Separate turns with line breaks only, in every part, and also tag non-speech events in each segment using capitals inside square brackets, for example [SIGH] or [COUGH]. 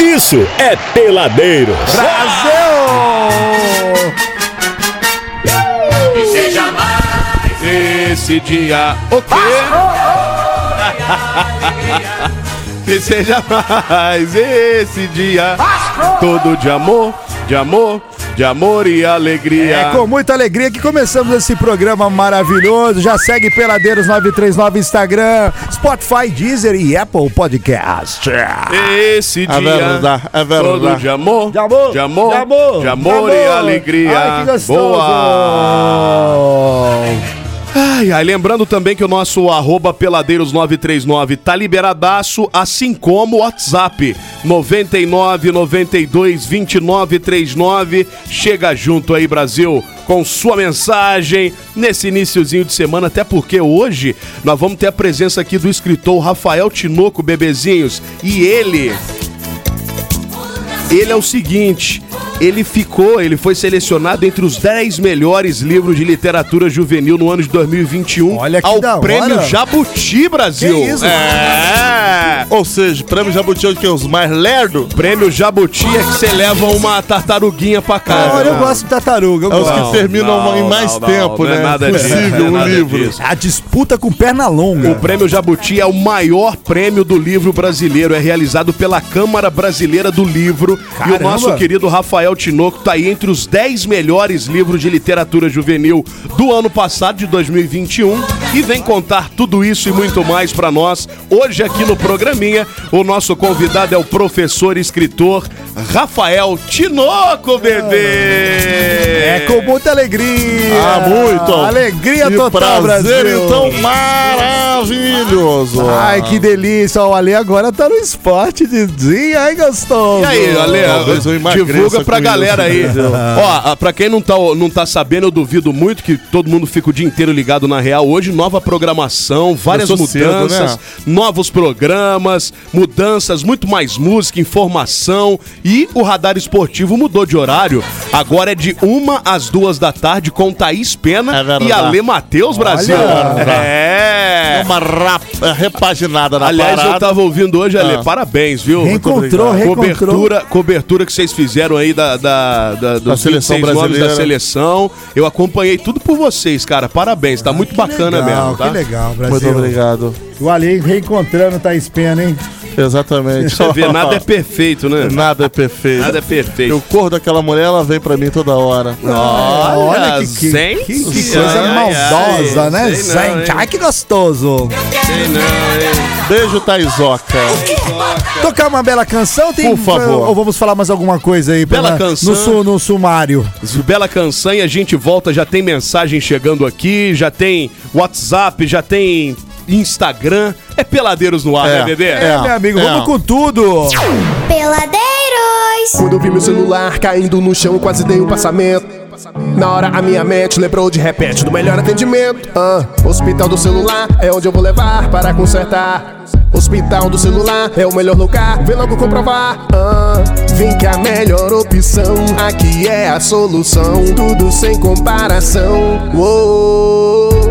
isso é Peladeiros.
Brasil!
E seja mais
Esse dia, o quê? Que seja mais esse dia, todo de amor, de amor, de amor e alegria.
É com muita alegria que começamos esse programa maravilhoso. Já segue Peladeiros 939 Instagram, Spotify, Deezer e Apple Podcast.
Esse
É
dia,
verdade, é
todo
verdade.
de amor,
De amor,
de amor, de amor, e alegria.
Ai, que gostoso.
Boa. Ai, ai, lembrando também que o nosso arroba peladeiros939 tá liberadaço, assim como o WhatsApp 99 92 29 39. Chega junto aí, Brasil, com sua mensagem nesse iníciozinho de semana, até porque hoje nós vamos ter a presença aqui do escritor Rafael Tinoco Bebezinhos e ele ele é o seguinte, ele ficou, ele foi selecionado entre os 10 melhores livros de literatura juvenil no ano de 2021
Olha que
ao
da hora.
Prêmio Jabuti Brasil.
Que isso,
é.
Ou seja, prêmio Jabuti é o que? Os mais lerdos?
Prêmio Jabuti é que você leva uma tartaruguinha pra casa.
Olha, eu gosto de tartaruga. Eu
É os
gosto.
que terminam em mais tempo,
é
né? Possível, um livro.
A disputa com perna longa.
O Prêmio Jabuti é o maior prêmio do livro brasileiro. É realizado pela Câmara Brasileira do Livro. E o
Caramba!
nosso querido Rafael Tinoco tá aí entre os 10 melhores livros de literatura juvenil do ano passado, de 2021. E vem contar tudo isso e muito mais pra nós. Hoje aqui no programinha, o nosso convidado é o professor e escritor Rafael Tinoco, bebê!
É com muita alegria.
Ah, muito.
Alegria
Que
total,
prazer,
Brasil.
então, maravilhoso.
Ai, que delícia. O Ale agora tá no esporte de dia, hein, gostoso?
E aí, Ale,
Talvez eu emagreça
divulga pra
com
galera
isso,
aí.
entendeu?
Ó, ah, pra quem não tá, não tá sabendo, eu duvido muito que todo mundo fica o dia inteiro ligado na Real. Hoje, nova programação, várias
Começou cedo,
mudanças,
né?
novos programas, mudanças, muito mais música, informação. E o Radar Esportivo mudou de horário. Agora é de uma às duas da tarde com Thaís
É
Pena
verdade.
e Ale Matheus Brasil.
É
É.
uma rap, repaginada na
Aliás,
parada.
eu tava ouvindo hoje, Ale,
Tá Ah.
parabéns, viu?
Reencontrou,
obrigado.
reencontrou.
cobertura, cobertura que vocês fizeram aí da, da, da, dos
Da seleção
26 nomes
brasileira. né?
da seleção. Eu acompanhei tudo por vocês, cara. Parabéns, tá muito bacana
legal,
mesmo, tá?
Ah, Que legal, Brasil.
Muito obrigado.
O Ale reencontrando o Thaís Pena, hein?
Exatamente.
Você vê, nada é perfeito, né?
[LAUGHS] Nada é perfeito.
Nada é perfeito.
Eu corro daquela mulher, ela vem pra mim toda hora.
Olha que- que-
gente,
Que coisa
ai, ai,
maldosa,
ai,
né,
sei não,
gente?
hein?
Ai, que gostoso.
Sei não, hein?
Beijo, Taizoca.
Tocar uma bela canção, tem
Por favor.
Ou vamos falar mais alguma coisa aí?
Bela
pela-
canção.
No, su- no sumário.
Bela canção e a gente volta. Já tem mensagem chegando aqui, já tem WhatsApp, já tem Instagram. É peladeiros no ar, né, bebê?
É,
Meu amigo,
é.
vamos com tudo.
Peladeiros!
Quando eu vi meu celular caindo no chão, quase dei um passamento. Na hora a minha mente lembrou de repente do melhor atendimento. Ah, hospital do celular é onde eu vou levar para consertar. Hospital do celular é o melhor lugar, vem logo comprovar. Ah, vem que a melhor opção aqui é a solução, tudo sem comparação. Uou,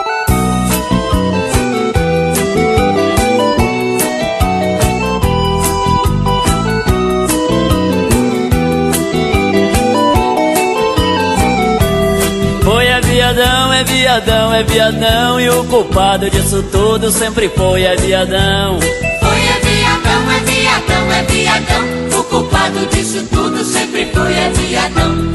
Foi é viadão, é viadão, é viadão E o culpado disso tudo sempre foi é viadão
Foi é viadão, é viadão, é viadão O culpado disso tudo sempre foi é viadão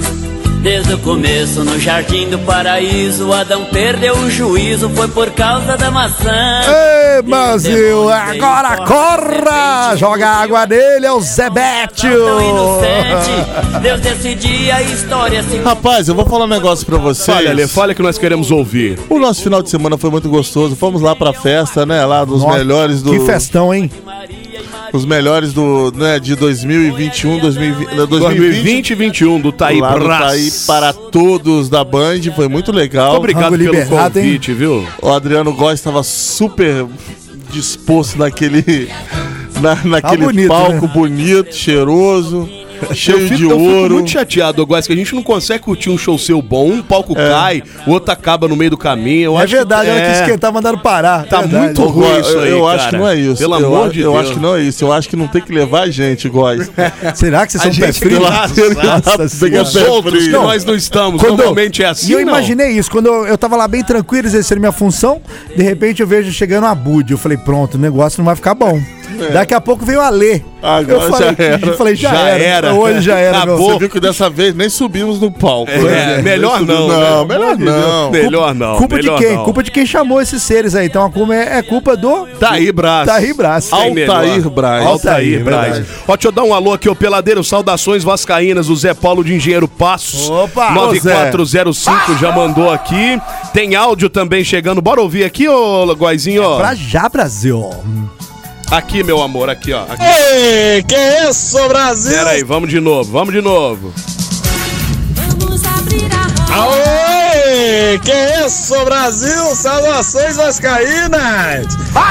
Desde o começo no jardim do paraíso Adão perdeu o juízo, foi por causa da maçã
Ei, Brasil, agora corra! Joga água nele, é o Zebetio.
Tão inocente, Deus decidia a história assim, se
Rapaz, eu vou falar um negócio pra vocês.
Fala, Ale, fala que nós queremos ouvir.
O nosso final de semana foi muito gostoso. Fomos lá pra festa, né? Lá dos
Nossa,
melhores do.
Que festão, hein?
Maria e Maria
Os melhores do, né, de 2021, 2020, 2020
2020 e 21 do Taí
lá no
Brás.
Taí tá para todos da Band, foi muito legal.
Obrigado
Rango
pelo
liberado, hein?
convite, viu?
O Adriano Góes estava super disposto naquele na, naquele
bonito,
palco
né?
bonito, cheiroso. cheio de
Eu fico
ouro.
muito chateado, Góis, que a gente não consegue curtir um show seu bom, um palco cai, o outro acaba no meio do caminho. Eu
É
acho
verdade,
que,
ela quis esquentar, mandaram parar.
Tá
Verdade.
muito ruim.
Agora,
isso aí,
eu
cara.
acho que não é isso.
Pelo
eu,
amor
a-
de
eu
Deus.
acho que não é isso. Eu acho que não tem que levar a
[LAUGHS]
gente, Góis.
Será que vocês
A
são pé
gente tá
frio?
engraçado. [LAUGHS]
Nossa senhora.
Os outros, que
Não.
nós não estamos,
Quando-
normalmente é assim,
E eu
não?
imaginei isso, quando eu, eu tava lá bem tranquilo, exercendo minha função, de repente eu vejo chegando a Bud. Eu falei, pronto, o negócio não vai ficar bom. Daqui a pouco veio a Lê.
Agora
eu falei,
Ah, já era.
eu falei, já,
É. Já
era.
era.
Hoje já era, meu.
Acabou.
Você viu que dessa vez nem subimos no palco.
É,
né?
melhor
Nem
não,
subimos.
né?
Não, melhor não.
Melhor não.
Culpa
melhor
de quem?
não.
Culpa de quem chamou esses seres aí. Então a culpa é, é culpa do
Daí, Brás.
Tahir Brás.
Tem melhor.
Altair
Altair
Braz.
Altair,
Braz.
verdade.
Ó, deixa eu dar um alô aqui, ô Peladeiro. Saudações vascaínas, o Zé Paulo de Engenheiro Passos.
Opa!
9405 já mandou aqui. Tem áudio também chegando. Bora ouvir aqui, ô Góizinho. ó.
É Pra já, Brasil.
Aqui, meu amor, aqui, ó. Aqui.
Ei, que isso, Brasil?
Pera aí, vamos de novo, vamos de novo.
Vamos abrir a roda.
Aoi, que isso, Brasil? Saudações vascaínas!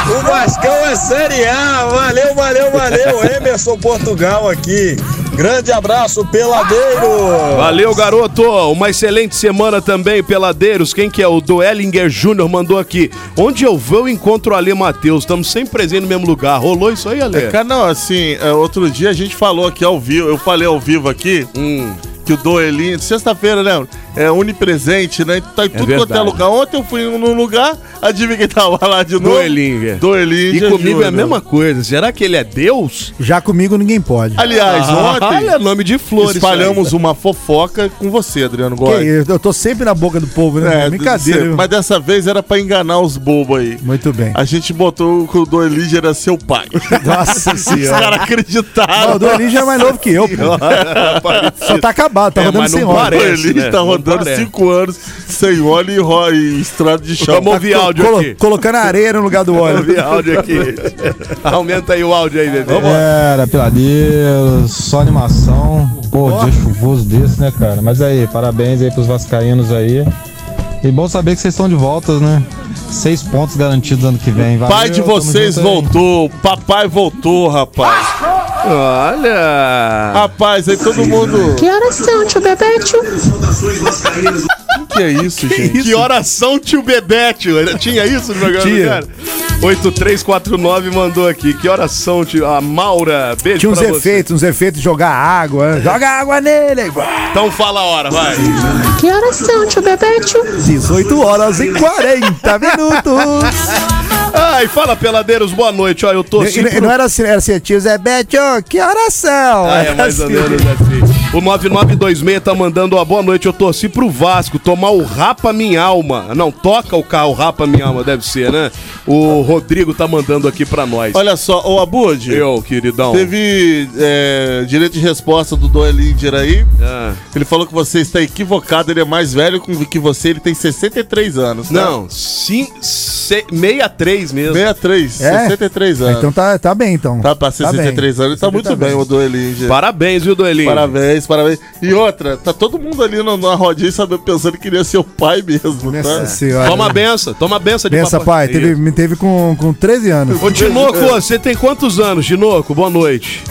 O Vascão é Série A! Valeu, valeu, valeu!
[LAUGHS]
Emerson Portugal aqui! Grande abraço, peladeiro!
Valeu, garoto. Uma excelente semana também, peladeiros. Quem que é? O Duellinger Júnior mandou aqui. Onde eu vou, eu encontro o Ale Matheus. Estamos sempre presentes no mesmo lugar. Rolou isso aí, Ale?
Cara, não, assim, é, outro dia a gente falou aqui ao vivo, eu falei ao vivo aqui,
Hum.
que o Doelin, sexta-feira, né? É onipresente, né? Tá em tudo quanto é
verdade.
lugar. Ontem eu fui num lugar, adivinha quem tava lá de novo?
Doelinger.
Doelin.
E comigo é a mesma coisa. Será que ele é Deus?
Já comigo ninguém pode.
Aliás, ontem
Ah, Olha, nome de flores.
espalhamos uma fofoca com você, Adriano
Que
Góes.
isso, eu tô sempre na boca do povo, né?
É,
Brincadeira.
você-
viu?
mas dessa vez era pra enganar os bobos aí.
Muito bem.
A gente botou que o Doelinger era seu pai.
Nossa
Os
senhora.
caras acreditaram.
Não, o Doelin já é mais novo que eu, pô. Só tá acabado, tá
É,
rodando
mas não
sem hora.
parece.
Parece,
né?
tá
Não
rodando
parece.
5 anos sem óleo e, ro- e estrada de chão. Tá
Vamos ouvir áudio
Colo-
aqui.
colocando areia no lugar do óleo.
Ouvi áudio aqui. [LAUGHS] Aumenta aí o áudio aí, bebê.
É,
Era, peladeiros, só animação. Pô, dia chuvoso desse, né, cara? Mas aí, parabéns aí pros vascaínos aí. E bom saber que vocês estão de voltas, né? Seis pontos garantidos ano que vem. Valeu,
Pai de
tamo
vocês
junto aí.
voltou, papai voltou, rapaz.
Olha.
Rapaz, aí todo mundo.
Que horas são, tio Bebeto?
O que é isso, gente?
Que oração, tio Bebete. Tinha isso no programa,
Tinha.
cara? 8349 mandou aqui. Que oração, tio. A Ah, Maura. Beijo
Tinha uns
pra você.
efeitos, uns efeitos de jogar água. né? Joga água nele! aí.
Então fala a hora, vai.
Que horas são, tio Bebeto?
18 horas e 40 minutos!
Ai, fala, peladeiros. Boa noite. Ó, eu tô
E- e- e não era assim, era assim, tio Zé Beto, que oração!
Ah, é mais ou menos assim. O 9926 tá mandando uma boa noite. Eu torci pro Vasco tomar o Rapa Minha Alma. Não, toca o carro Rapa Minha Alma, deve ser, né? O Rodrigo tá mandando aqui pra nós.
Olha só, ô Abud.
eu, queridão.
Teve é, direito de resposta do Doelinger aí.
Ah.
Ele falou que você está equivocado, ele é mais velho com- que você, ele tem 63 anos. tá?
Não, sim, se, 63 mesmo.
63,
É?
63 anos.
Então tá, tá bem, então.
Tá pra 63 anos, ele tá muito bem, o Doelinger.
Parabéns, viu, Doelinho?
Parabéns, parabéns. E outra, tá todo mundo ali na, na rodinha sabe, pensando que ele é seu pai mesmo,
Nossa
tá?
senhora.
Toma a benção, toma a benção de
Pensa, pai, teve, me teve com, com 13 anos.
Ô, Tinoco, você tem quantos anos, Tinoco? Boa noite.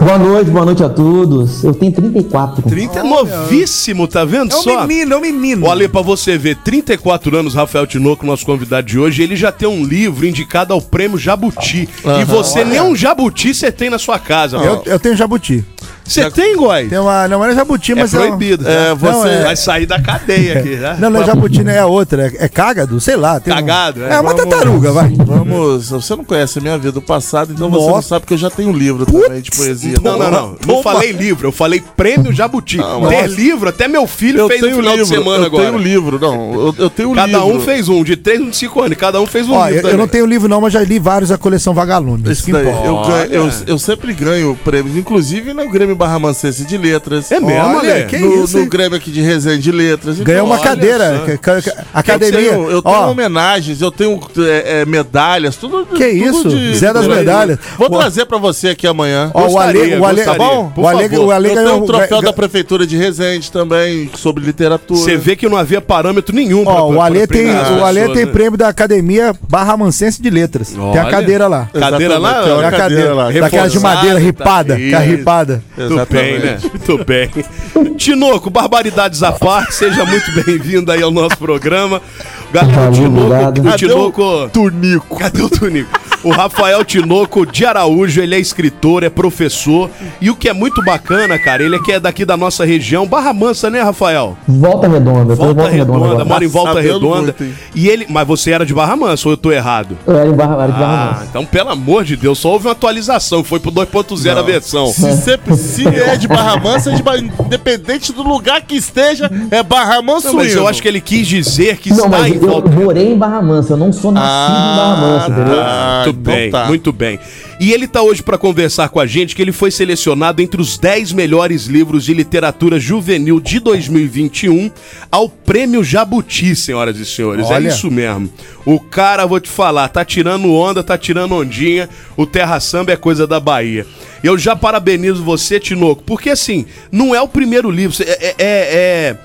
Boa noite, boa noite a todos. Eu tenho 34.
30 é novíssimo, tá vendo
É um
só?
menino, é um menino.
Olha, pra você ver, 34 anos, Rafael Tinoco, nosso convidado de hoje, ele já tem um livro indicado ao prêmio Jabuti. E você, nem um Jabuti você tem na sua casa.
eu, eu tenho jabuti.
Você tem, Goi?
Tem uma, não, era jabuti,
É
mas um-
proibido.
É,
Não,
você-
vai sair da cadeia aqui, [LAUGHS] né?
Não, não é jabuti, né? É outra. É, é cágado, sei lá. Tem um-
Cagado, é.
é. uma
Vamos-
tartaruga, vai.
Vamos, você não conhece a minha vida do passado, então você não
Nossa.
sabe que eu já tenho um livro também de poesia.
Não, não, não. Não
Toma.
falei livro, eu falei prêmio Jabuti. Ter livro, até meu filho
Eu
fez no
tenho
final
livro,
de semana
eu
agora.
tenho livro, não. Eu, eu tenho
Cada
livro.
um fez um, de três, um de cinco anos, cada um fez um
Ó,
livro.
eu, eu não
também.
tenho livro não, mas já li vários da coleção Vagalume. Isso
Isso
que
daí.
importa.
Eu, ganho- eu, eu sempre ganho prêmios, inclusive no Grêmio Barra Mansense de Letras.
É mesmo,
Olha,
Ale?
que
no,
isso,
no
hein?
Grêmio aqui de Resende de Letras. Então,
Ganhou uma
olha
cadeira.
só.
ca- ca- ca- Academia.
Eu tenho, um, eu tenho
Ó,
homenagens, eu tenho é, é, medalhas, tudo.
Que
tudo
isso? Zé das
tudo aí.
medalhas.
Vou
Ó.
trazer pra você aqui amanhã.
Ó, o Ale,
Gostaria,
o Ale,
gostaria.
tá bom?
Por
O Ale,
favor.
o Ale
eu tenho
ganhou
um troféu
ga-
da prefeitura de Resende também sobre literatura.
Você vê que não havia parâmetro nenhum
Ó, o Ale tem,
premiar as
o Ale
pessoas,
tem
né?
prêmio da Academia Barra Mansense de Letras. Tem
Olha.
a cadeira lá.
Cadeira lá?
Exatamente,
Tem
ó,
a cadeira lá. Daquelas de
reforçada,
madeira ripada,
tá?
que é ripada.
Exatamente.
Muito bem, né? [LAUGHS] Muito bem. Tinoco, barbaridades à parte, seja muito bem-vindo aí ao nosso programa. Galera, o
Valeu,
Tinoco,
obrigado.
o
Cadê o
Tinoco... Tunico. Cadê o Tunico? O Rafael Tinoco de Araújo, ele é escritor, é professor. E o que é muito bacana, cara, ele é que é daqui da nossa região, Barra Mansa, né, Rafael?
Volta redonda, eu tô em
Volta
volta redonda.
Redonda,
agora.
mora em Volta
Sabendo
Redonda.
muito, hein?
e ele. Mas você era de Barra Mansa ou eu tô errado?
Eu era É, em Barra, era de Barra
Ah, então pelo amor de Deus, só houve uma atualização, foi pro 2.0 a versão.
Se, você-
[LAUGHS]
se é de Barra Mansa, é de Ba- independente do lugar que esteja, é Barra Mansa
Não, mas eu acho que é ele quis dizer que
Não,
está
mas
em
eu
Volta
morei em Barra Mansa, eu não sou nascido em Barra Mansa, entendeu?
Ah, muito
então
bem,
tá.
muito bem. E ele tá hoje para conversar com a gente que ele foi selecionado entre os 10 melhores livros de literatura juvenil de 2021 ao Prêmio Jabuti, senhoras e senhores. É
Olha.
isso mesmo. O cara, vou te falar, tá tirando onda, tá tirando ondinha. O Terra Samba é coisa da Bahia. Eu já parabenizo você, Tinoco, porque assim, não é o primeiro livro. cê- É. é- é-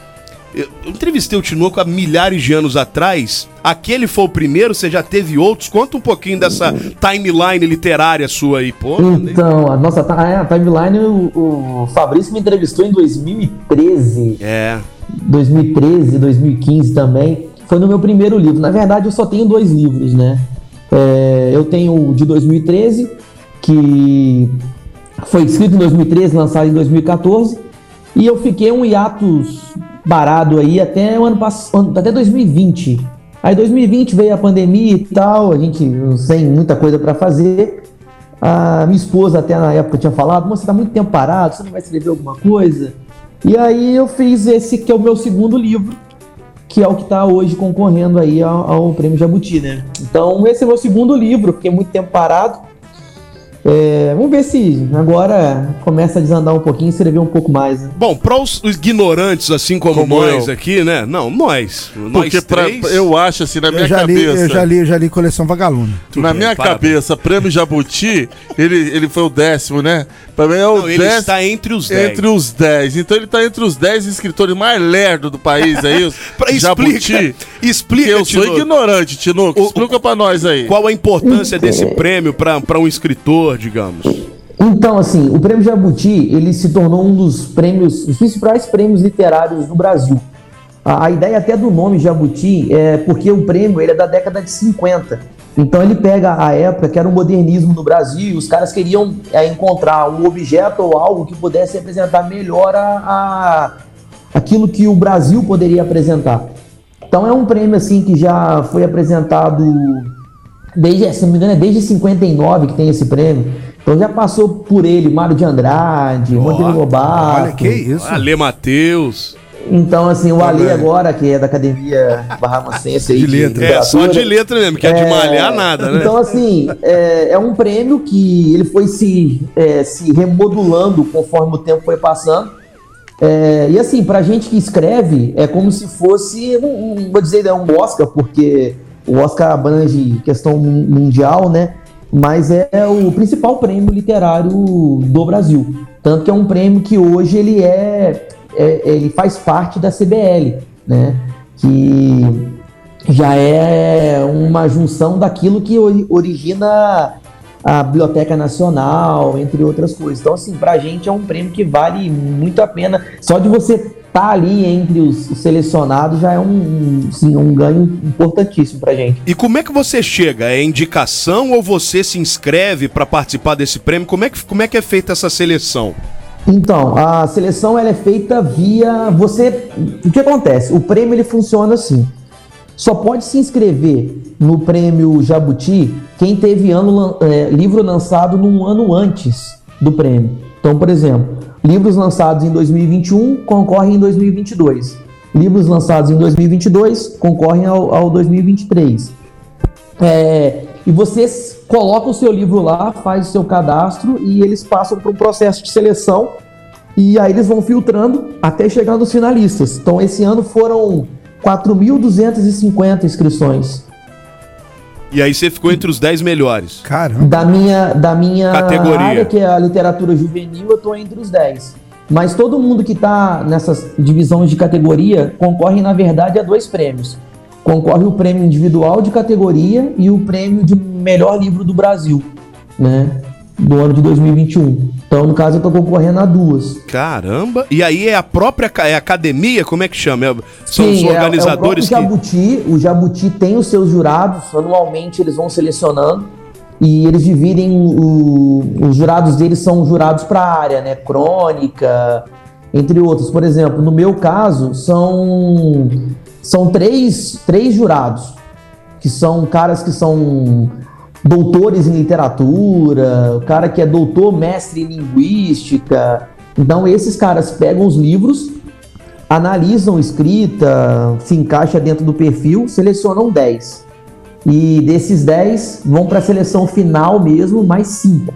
eu eu entrevistei o Tinoco há milhares de anos atrás. Aquele foi o primeiro, você já teve outros. Conta um pouquinho dessa timeline literária sua aí, pô.
Hum.
Então, a nossa ti- ah, a timeline, o, o Fabrício me entrevistou em 2013.
É.
2013, 2015 também. Foi no meu primeiro livro. Na verdade, eu só tenho dois livros, né? É, eu tenho o de 2013, que foi escrito em 2013, lançado em 2014. E eu fiquei um hiatus parado aí até o ano passado, até 2020. Aí 2020 veio a pandemia e tal, a gente sem muita coisa pra fazer. A minha esposa até na época tinha falado, "Moço, você tá muito tempo parado, você não vai escrever alguma coisa? E aí eu fiz esse que é o meu segundo livro, que é o que está hoje concorrendo aí ao, ao Prêmio Jabuti, né? Então esse é o meu segundo livro, fiquei muito tempo parado. É, vamos ver se agora começa a desandar um pouquinho e escrever um pouco mais, né?
Bom, para os os ignorantes, assim como,
Como
nós
eu.
aqui, né? Não, nós.
Porque
nós
pra-
três.
eu acho assim, na minha
já li,
cabeça.
eu já li, eu já li coleção vagalume.
Na minha cabeça, Prêmio Jabuti, ele, ele foi o décimo, né? Pra mim é o
Não, ele
décimo-
está entre os dez.
Entre os 10. Então ele tá entre os 10 escritores mais lerdos do país, é isso?
[LAUGHS] Pra- explica, explica,
Eu sou
Tinoco.
ignorante, Tinoco. Explica pra nós aí.
Qual a importância desse
Então, é.
prêmio para um escritor, digamos?
Então, assim, o Prêmio Jabuti, ele se tornou um dos prêmios, os principais prêmios literários do Brasil. A, a ideia até do nome Jabuti é porque o prêmio ele é da década de 50. Então ele pega a época que era o modernismo no Brasil e os caras queriam é, encontrar um objeto ou algo que pudesse representar melhor a, a- aquilo que o Brasil poderia apresentar. Então é um prêmio assim que já foi apresentado desde, se não me engano, é desde 59 que tem esse prêmio. Então já passou por ele Mário de Andrade, Monteiro Lobato.
Olha que isso.
Ah.
Ale Matheus.
Então, assim, o Ale agora, que é da Academia Barra Macense aí.
De letra. É, só de letra mesmo, que é de malhar nada, né?
Então, assim, é, é um prêmio que ele foi se, é, se remodulando conforme o tempo foi passando. É, e assim, pra gente que escreve, é como se fosse, um, um- vou dizer, né, um Oscar, porque o Oscar abrange questão mun- mundial, né? Mas é o principal prêmio literário do Brasil. Tanto que é um prêmio que hoje ele é, é- ele faz parte da CBL, né? Que já é uma junção daquilo que ori- origina a Biblioteca Nacional, entre outras coisas. Então, assim, pra gente é um prêmio que vale muito a pena. Só de você estar ali entre os os selecionados já é um, sim, um ganho importantíssimo pra gente.
E como é que você chega? É indicação ou você se inscreve para participar desse prêmio? Como é, que, como é que é feita essa seleção?
Então, a seleção ela é feita via você. O que acontece? O prêmio ele funciona assim. Só pode se inscrever no prêmio Jabuti quem teve ano, lan- é, livro lançado num ano antes do prêmio. Então, por exemplo, livros lançados em 2021 concorrem em 2022. Livros lançados em 2022 concorrem ao, ao 2023. É, e você s- coloca o seu livro lá, faz o seu cadastro e eles passam por um processo de seleção e aí eles vão filtrando até chegar nos finalistas. Então esse ano foram 4.250 inscrições
E aí você ficou entre os 10 melhores.
Caramba.
da minha, da minha
Categoria.
área, que é a literatura juvenil, eu tô entre os 10. Mas todo mundo que tá nessas divisões de categoria concorre, na verdade, a dois prêmios. Concorre o prêmio individual de categoria e o prêmio de melhor livro do Brasil, né? Do ano de 2021. Então, no caso, eu tô concorrendo a duas.
Caramba! E aí é a própria ca- é a academia, como é que chama? É- são
Sim,
os
é-
organizadores
é, o
que.
próprio Jabuti, o Jabuti tem os seus jurados, anualmente eles vão selecionando e eles dividem o- os jurados deles são jurados para área, né? Crônica, entre outros. Por exemplo, no meu caso, são são três, três jurados que são caras que são doutores em literatura, o cara que é doutor, mestre em linguística. Então esses caras pegam os livros analisam escrita, se encaixa dentro do perfil, selecionam 10. E desses 10 vão para a seleção final mesmo, mais 5.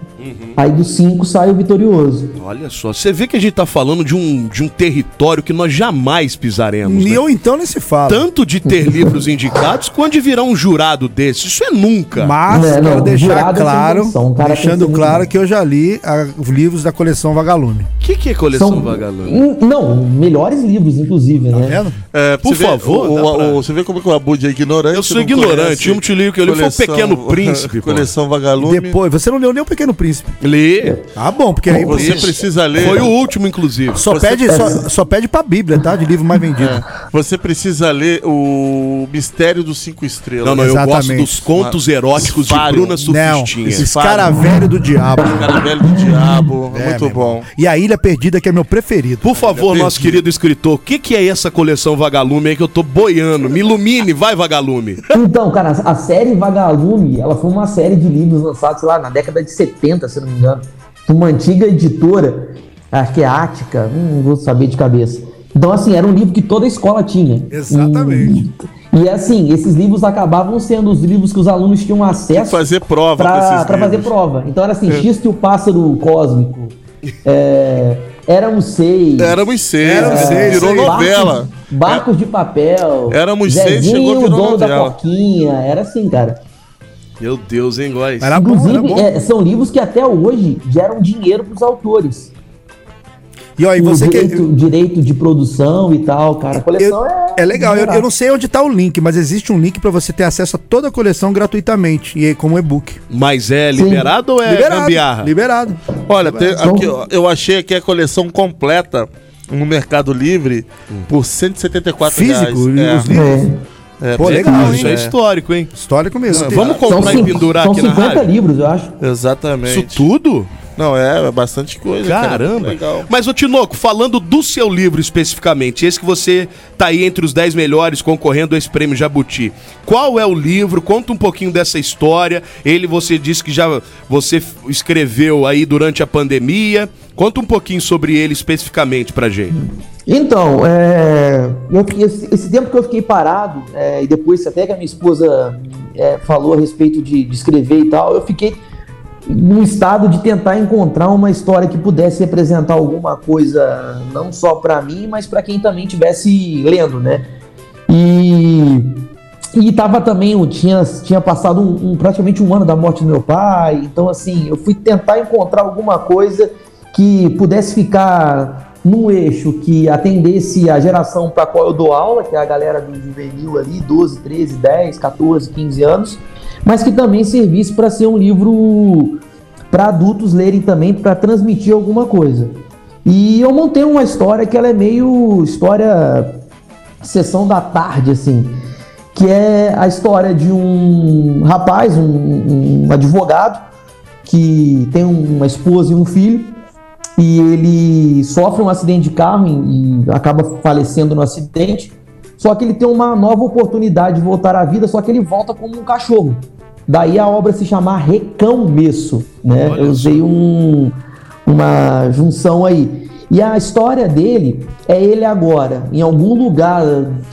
Aí dos 5 sai o vitorioso.
Olha só, você vê que a gente tá falando de um, de um território que nós jamais pisaremos.
E
né?
eu então nem se fala.
Tanto de ter livros indicados, quanto de virar um jurado desse. Isso é nunca.
Mas
Não, não,
quero deixar
jurado é
claro,
sem noção, o cara tem que
deixando
ser muito
claro
bom.
que eu já li ah, livros da coleção Vagalume.
O que, que é coleção vagalume?
Hum, Não, melhores livros, inclusive, né?
Vendo?
É,
Por
você vê-
favor,
o-
dá
o-
pra-
o- você vê como que o Abud é ignorante.
Eu sou
não
ignorante,
conhece
o último livro que eu li foi o Pequeno
[LAUGHS]
Príncipe, pô.
coleção Vagalume.
Depois, você não leu nem o Pequeno Príncipe.
Lê.
Ah, bom, porque aí
Você
Isso.
precisa ler.
Foi o último, inclusive.
só
você É,
pede, só, só pede pra Bíblia, tá? De livro mais vendido.
Você precisa ler o Mistério dos Cinco Estrelas.
Não, não, eu gosto
Exatamente.
dos contos eróticos de
Vários.
Bruna
Não,
Sufistinha.
esse cara velho do diabo.
Cara é velho do diabo,
É, meu
muito bom.
E a Ilha Perdida, que é meu preferido.
Por favor, nosso querido escritor, o que, que é essa coleção vagalume aí que eu tô boiando? Me ilumine, vai, vagalume.
Então, cara, a série Vagalume, ela foi uma série de livros lançados, sei lá, na década de 70, se não me engano, por uma antiga editora, acho que é Ática, hum, não vou saber de cabeça. Então, assim, era um livro que toda escola tinha.
Exatamente.
E, e, assim, esses livros acabavam sendo os livros que os alunos tinham
Tem que
acesso
fazer prova
pra,
desses
pra fazer
livros.
prova. Então era
É.
assim, X que o pássaro cósmico. É, éramos seis.
Éramos seis,
Éramos
né?
seis,
virou
seis.
novela.
Barcos de papel.
Éramos seis,
Zezinho,
chegou,
o
virou
dono da
novela.
porquinha. Era assim, cara.
Meu Deus, hein, Góis?
Era bom, era
Inclusive,
bom.
é, são livros que até hoje geram dinheiro pros autores.
E ó, e
o
você que. é
direito, direito de produção e tal, cara. A coleção
eu-
é.
é legal, eu, eu
barata.
não sei onde tá o link, mas existe um link pra você ter acesso a toda a coleção gratuitamente, e aí como e-book.
Mas é
Sim.
liberado ou é gambiarra?
liberado.
Olha, tem aqui, ó, eu achei aqui a coleção completa no Mercado Livre
Hum.
por 174
Físico, os
reais.
livros.
Então,
É, é,
Pô,
é,
legal,
Isso é
hein?
histórico, hein?
Histórico mesmo. Tem-
Vamos
São,
comprar e
cin-
pendurar
são
aqui na
50
rádio?
livros, eu acho.
Exatamente.
é Isso tudo?
Não, é, é bastante coisa. cara.
Caramba.
Legal.
Mas, ô Tinoco, falando do seu livro especificamente, esse que você tá aí entre os 10 melhores concorrendo a esse prêmio Jabuti. Qual é o livro? Conta um pouquinho dessa história. Ele você disse que já você f- escreveu aí durante a pandemia. Conta um pouquinho sobre ele especificamente pra gente.
Então, é, eu fiquei- esse, esse tempo que eu fiquei parado, é, e depois até que a minha esposa é, falou a respeito de, de escrever e tal, eu fiquei num estado de tentar encontrar uma história que pudesse representar alguma coisa, não só pra mim, mas pra quem também estivesse lendo, né? E, e tava também, eu tinha, tinha passado um- um- praticamente um ano da morte do meu pai, então assim, eu fui tentar encontrar alguma coisa que pudesse ficar num eixo que atendesse a geração para qual eu dou aula, que é a galera do juvenil ali, 12, 13, 10, 14, 15 anos, mas que também servisse para ser um livro para adultos lerem também, para transmitir alguma coisa. E eu montei uma história que ela é meio história sessão da tarde, assim, que é a história de um rapaz, um, um- um advogado, que tem um- uma esposa e um filho, e ele sofre um acidente de carro e, e acaba falecendo no acidente. Só que ele tem uma nova oportunidade de voltar à vida, só que ele volta como um cachorro. Daí a obra se chamar Recão Messo, né? Eu usei um, uma junção aí. E a história dele é ele agora, em algum lugar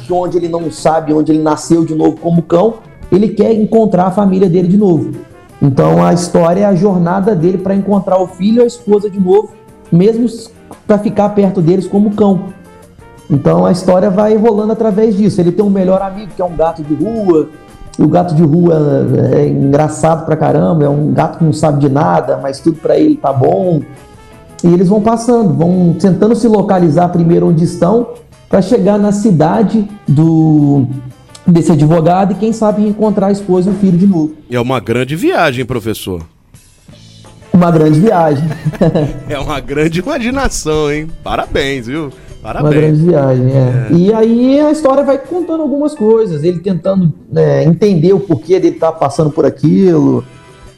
de onde ele não sabe, onde ele nasceu de novo como cão, ele quer encontrar a família dele de novo. Então a história é a jornada dele para encontrar o filho e a esposa de novo, mesmo para ficar perto deles como cão. Então a história vai rolando através disso. Ele tem um melhor amigo que é um gato de rua. E o gato de rua é engraçado pra caramba, é um gato que não sabe de nada, mas tudo pra ele tá bom. E eles vão passando, vão tentando se localizar primeiro onde estão, pra chegar na cidade do desse advogado e quem sabe encontrar a esposa e o filho de novo.
É uma grande viagem, professor.
Uma grande viagem. [LAUGHS]
É uma grande imaginação, hein? Parabéns, viu? Parabéns.
Uma grande viagem, é. E aí a história vai contando algumas coisas, ele tentando né, entender o porquê dele estar passando por aquilo.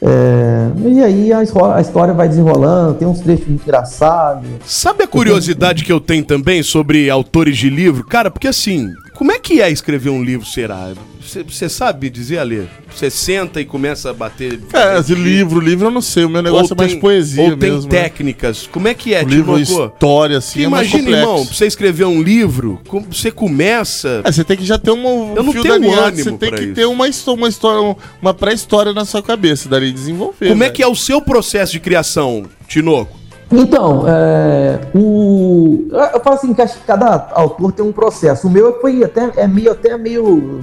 é, e aí a, esro- a história vai desenrolando, tem uns trechos muito engraçados.
Sabe a curiosidade que eu tenho também sobre autores de livro? Cara, porque assim, como é que é escrever um livro, será? Você sabe dizer, Ale? Você senta e começa a bater...
É, esse livro, livro eu não sei, o meu negócio é mais poesia
Ou tem
mesmo, né?
técnicas. Como é que é,
O livro é
Timocô?
história, assim,
Porque
é mais
imagina,
complexo.
irmão, pra você escrever um livro, como você começa...
É, você tem que já ter uma,
Eu não
fio
tenho um
da meada,
ânimo
Você tem
pra
que
isso.
ter uma, histó- uma história, um- uma pré-história na sua cabeça, dali desenvolver.
Como é que é o seu processo de criação, Tinoco?
Então, é, o, eu falo assim, que acho que cada autor tem um processo. O meu foi até, é meio, até meio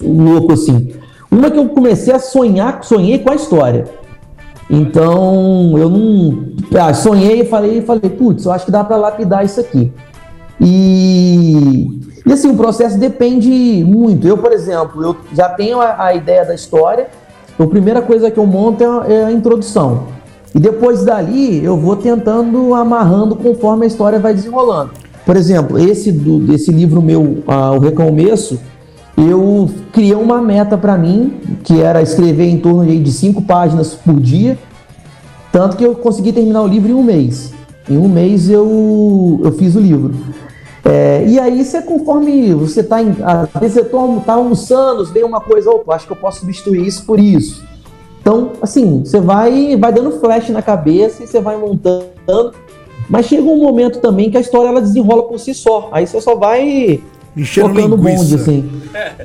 louco, assim. Uma que eu comecei a sonhar, sonhei com a história. Então, eu não... Ah, sonhei e falei, falei putz, eu acho que dá para lapidar isso aqui. E, e assim, o processo depende muito. Eu, por exemplo, eu já tenho a, a ideia da história. A primeira coisa que eu monto é a, é a introdução. E depois dali eu vou tentando amarrando conforme a história vai desenrolando. Por exemplo, esse do, desse livro meu, ah, O Recomeço, eu criei uma meta para mim, que era escrever em torno aí de cinco páginas por dia. Tanto que eu consegui terminar o livro em um mês. Em um mês eu, eu fiz o livro. É, e aí você conforme você tá em. Às vezes você toma- tá almoçando, vem uma coisa, opa, acho que eu posso substituir isso por isso. Então, assim, você vai, vai dando flash na cabeça e você vai montando. Mas chega um momento também que a história ela desenrola por si só. Aí você só vai
Enchendo
tocando
linguiça.
bonde, assim.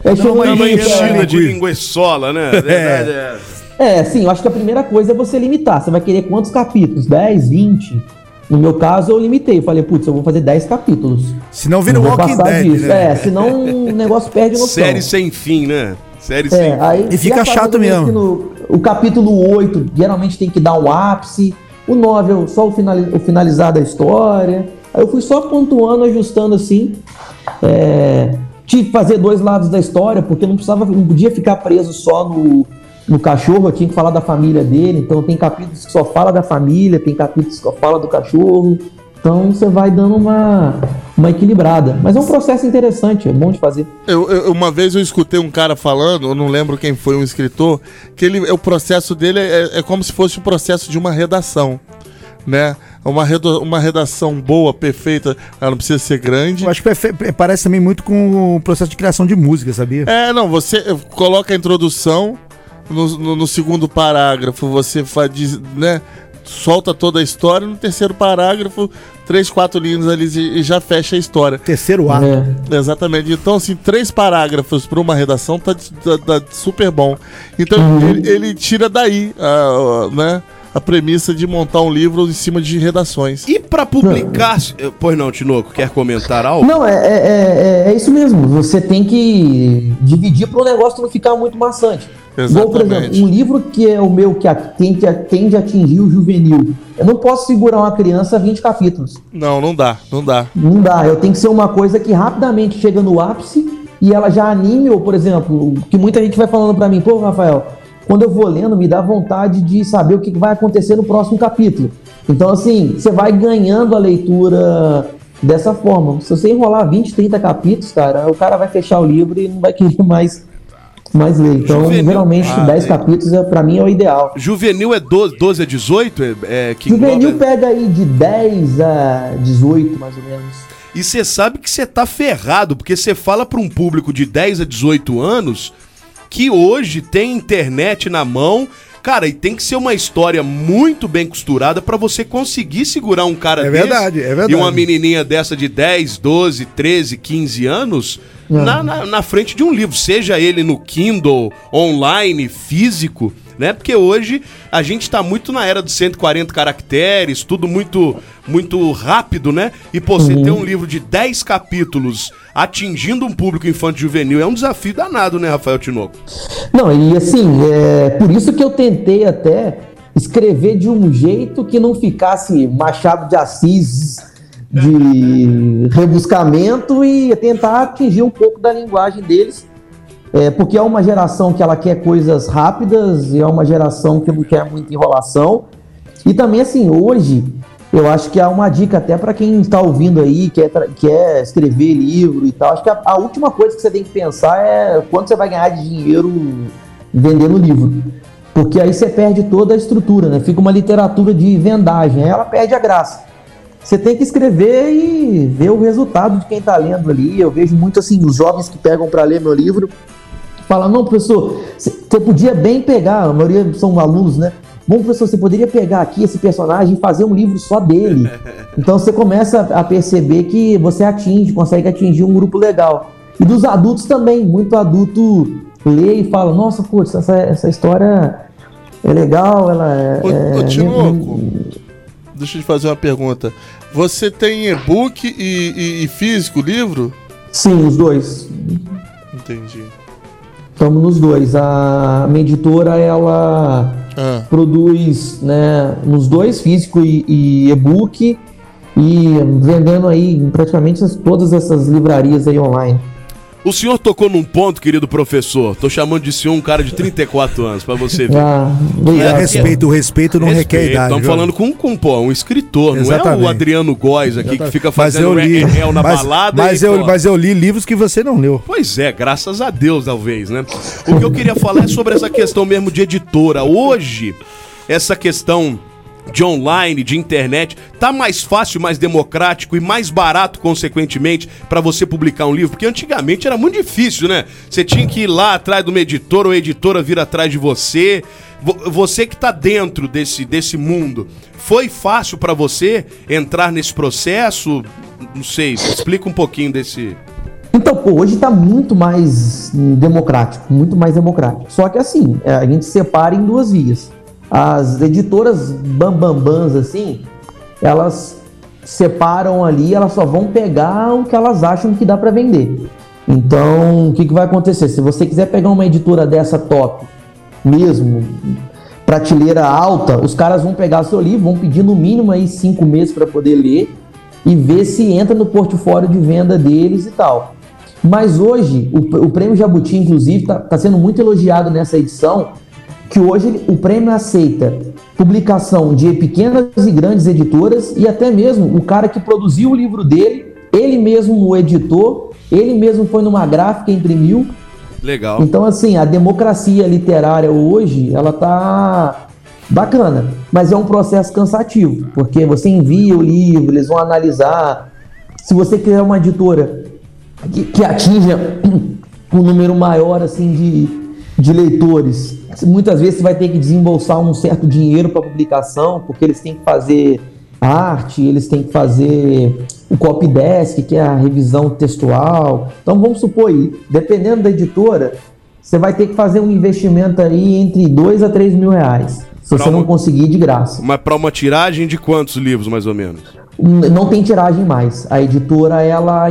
Dá
enchendo
uma
Uma
Linguiça,
enchida de
linguiça.
linguiçola, né? Verdade, é.
É, sim, eu acho que a primeira coisa é você limitar. Você vai querer quantos capítulos? 10, 20? No meu caso, eu limitei. Falei, putz, eu vou fazer 10 capítulos.
Senão vira
Não vou
Walking
passar
Dead,
disso.
né?
É, senão o negócio perde
[LAUGHS]
a noção.
Série sem fim, né? Série sem
É, aí,
E fica
a parada
chato
do
mesmo.
que no- o capítulo 8 geralmente tem que dar um ápice. O 9 é o- só o, finali- o finalizar da história. Aí eu fui só pontuando, ajustando assim. É, tive que fazer dois lados da história, porque eu não precisava, não podia ficar preso só no, no cachorro, eu tinha que falar da família dele. Então tem capítulos que só fala da família, tem capítulos que só fala do cachorro. Então você vai dando uma, uma equilibrada. Mas é um processo interessante, é bom de fazer.
Eu, eu- uma vez eu escutei um cara falando, eu não lembro quem foi, um escritor, que ele, o processo dele é, é como se fosse o processo de uma redação, né? Uma, redo- uma redação boa, perfeita, ela não precisa ser grande.
Eu acho que é fe- é- parece também muito com o processo de criação de música, sabia?
É, não, você coloca a introdução, no, no- no segundo parágrafo você faz, né, solta toda a história, no terceiro parágrafo, três, quatro linhas ali e e já fecha a história.
Terceiro ato.
É.
Exatamente. Então, assim, três parágrafos para uma redação tá, tá- tá super bom. Então, ele, ele tira daí a, a- né, a premissa de montar um livro em cima de redações.
E pra publicar. Pois não, Tinoco, quer comentar algo?
Não, é, é- é- é isso mesmo. Você tem que dividir para o negócio não ficar muito maçante. Igual, por
Exatamente.
exemplo, um livro que é o meu que a- tende a, tende a atingir o juvenil. Eu não posso segurar uma criança 20 capítulos.
Não, não dá, não dá.
Não dá. Eu tenho que ser uma coisa que rapidamente chega no ápice e ela já anime, ou, por exemplo, o que muita gente vai falando para mim, pô, Rafael, quando eu vou lendo, me dá vontade de saber o que que vai acontecer no próximo capítulo. Então, assim, você vai ganhando a leitura dessa forma. Se você enrolar 20, 30 capítulos, cara, o cara vai fechar o livro e não vai querer [LAUGHS] mais, mais ler. Então,
Juvenil.
geralmente,
Ah,
10
é.
capítulos, é, para mim, é o ideal.
Juvenil é 12, 12 a 18? É, é, que
Juvenil
engloba-
pega aí de 10 a 18, mais ou menos.
E você sabe que você tá ferrado, porque você fala pra um público de 10 a 18 anos que hoje tem internet na mão. Cara, e tem que ser uma história muito bem costurada pra você conseguir segurar um cara
É
desse
verdade, é verdade.
E uma menininha dessa de 10, 12, 13, 15 anos na, na, na frente de um livro, seja ele no Kindle, online, físico, né? Porque hoje a gente tá muito na era dos 140 caracteres, tudo muito muito rápido, né? E pô, você ter um livro de 10 capítulos atingindo um público infantil juvenil é um desafio danado, né, Rafael Tinoco?
Não, e assim, é por isso que eu tentei até escrever de um jeito que não ficasse Machado de Assis de rebuscamento e tentar atingir um pouco da linguagem deles, é, porque é uma geração que ela quer coisas rápidas e é uma geração que não quer muita enrolação. E também, assim, hoje, eu acho que há uma dica até para quem está ouvindo aí, quer, tra- quer escrever livro e tal. Acho que a, a última coisa que você tem que pensar é quanto você vai ganhar de dinheiro vendendo livro. Porque aí você perde toda a estrutura, né? Fica uma literatura de vendagem, aí ela perde a graça. Você tem que escrever e ver o resultado de quem está lendo ali. Eu vejo muito assim, os jovens que pegam para ler meu livro, falam, não, professor, você podia bem pegar, a maioria são alunos, né? Bom, professor, você poderia pegar aqui esse personagem e fazer um livro
[LAUGHS]
só dele. Então você começa a perceber que você atinge, consegue atingir um grupo legal. E dos adultos também, muito adulto lê e fala, nossa, putz, essa, essa história é legal, ela é.
Ô,
é-
ô
né?
Tinoco, deixa eu te fazer uma pergunta. Você tem e-book e, e- e físico, livro?
Sim, os dois.
Entendi.
Estamos nos dois. A minha editora, ela produz né, nos dois, físico e, e e-book, e vendendo aí em praticamente as- todas essas livrarias aí online.
O senhor tocou num ponto, querido professor. Tô chamando de senhor um cara de 34 anos, pra você ver.
Ah, obrigado.
É,
Respeito, respeito não requer idade.
Estamos
viu?
falando com, com pô, um escritor, não é
Exatamente.
o Adriano Góes aqui que fica
Mas eu
fazendo
li,
réu na
mas,
balada.
mas
e,
eu,
pô,
mas eu li livros que você não leu.
Pois é, graças a Deus, talvez, né? O que eu queria falar é sobre essa questão mesmo de editora. Hoje, essa questão de online, de internet, tá mais fácil, mais democrático e mais barato, consequentemente, pra você publicar um livro? Porque antigamente era muito difícil, né? Você tinha que ir lá atrás de uma editora, ou a editora vir atrás de você. Vo- Você que tá dentro desse, desse mundo, foi fácil pra você entrar nesse processo? Não sei, explica um pouquinho desse...
Então, pô, hoje está muito mais hum, democrático, muito mais democrático. Só que assim, é, a gente separa em duas vias. As editoras bambambans, assim, elas separam ali, elas só vão pegar o que elas acham que dá para vender. Então, o que, que vai acontecer? Se você quiser pegar uma editora dessa top, mesmo, prateleira alta, os caras vão pegar seu livro, vão pedir no mínimo aí cinco meses para poder ler e ver se entra no portfólio de venda deles e tal. Mas hoje, o, o prêmio Jabuti, inclusive, está sendo muito elogiado nessa edição, que hoje ele- o prêmio aceita publicação de pequenas e grandes editoras e até mesmo o cara que produziu o livro dele, ele mesmo o editou, ele mesmo foi numa gráfica e imprimiu,
Legal.
então, assim, a democracia literária hoje, ela tá bacana, mas é um processo cansativo, porque você envia o livro, eles vão analisar. Se você quiser uma editora que, que atinja [CLEARS THROAT] um número maior, assim, de, de leitores, muitas vezes você vai ter que desembolsar um certo dinheiro para publicação, porque eles têm que fazer arte, eles têm que fazer o copy desk, que é a revisão textual. Então vamos supor aí, dependendo da editora, você vai ter que fazer um investimento aí entre 2 a 3 mil reais. Se você não conseguir de graça.
Mas pra uma tiragem de quantos livros, mais ou menos?
N- Não tem tiragem mais. A editora ela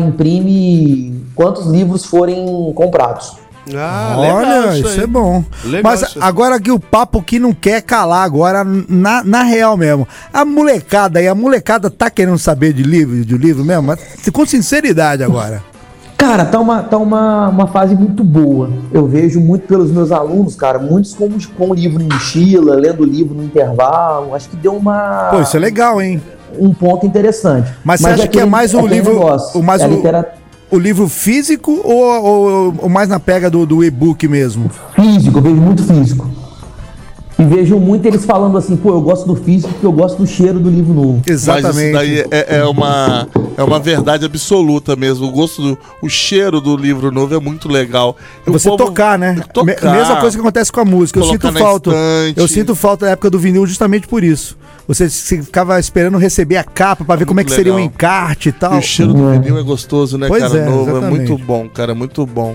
imprime quantos livros forem comprados.
Ah,
Olha, isso, é bom.
Legal
Mas
isso aí.
agora que o papo que não quer calar agora, na, na real mesmo. A molecada aí, a molecada tá querendo saber de livro, de livro mesmo, mas com sinceridade agora.
Cara, tá uma, tá uma, uma fase muito boa. Eu vejo muito pelos meus alunos, cara, muitos com, com livro em mochila, lendo livro no intervalo. Acho que deu
Ah.
uma.
Pô, isso é legal, hein?
Um ponto interessante.
Mas você acha que é
aquele-
mais um
aquele
livro-
negócio,
o mais
é
um-
litera-
O livro físico ou, ou- ou mais na pega do, do e-book mesmo?
Físico, eu vejo muito físico. E vejo muito eles falando assim, pô, eu gosto do físico porque eu gosto do cheiro do livro
[LAUGHS]
novo.
Mas isso daí é, é uma, é uma verdade absoluta mesmo. O gosto, do, o cheiro do livro novo é muito legal. E o
Você
povo-
tocar, né?
tocar.
Me- Mesma coisa que acontece com a música. Eu
Colocar
sinto
na
falta.
estante.
Eu sinto falta da época do vinil justamente por isso. Você se- ficava esperando receber a capa pra ver como é que seria o
legal.
encarte e tal.
E o cheiro do vinil é gostoso, né,
Pois
cara?
é,
novo. É
exatamente.
muito bom, cara. é Muito bom.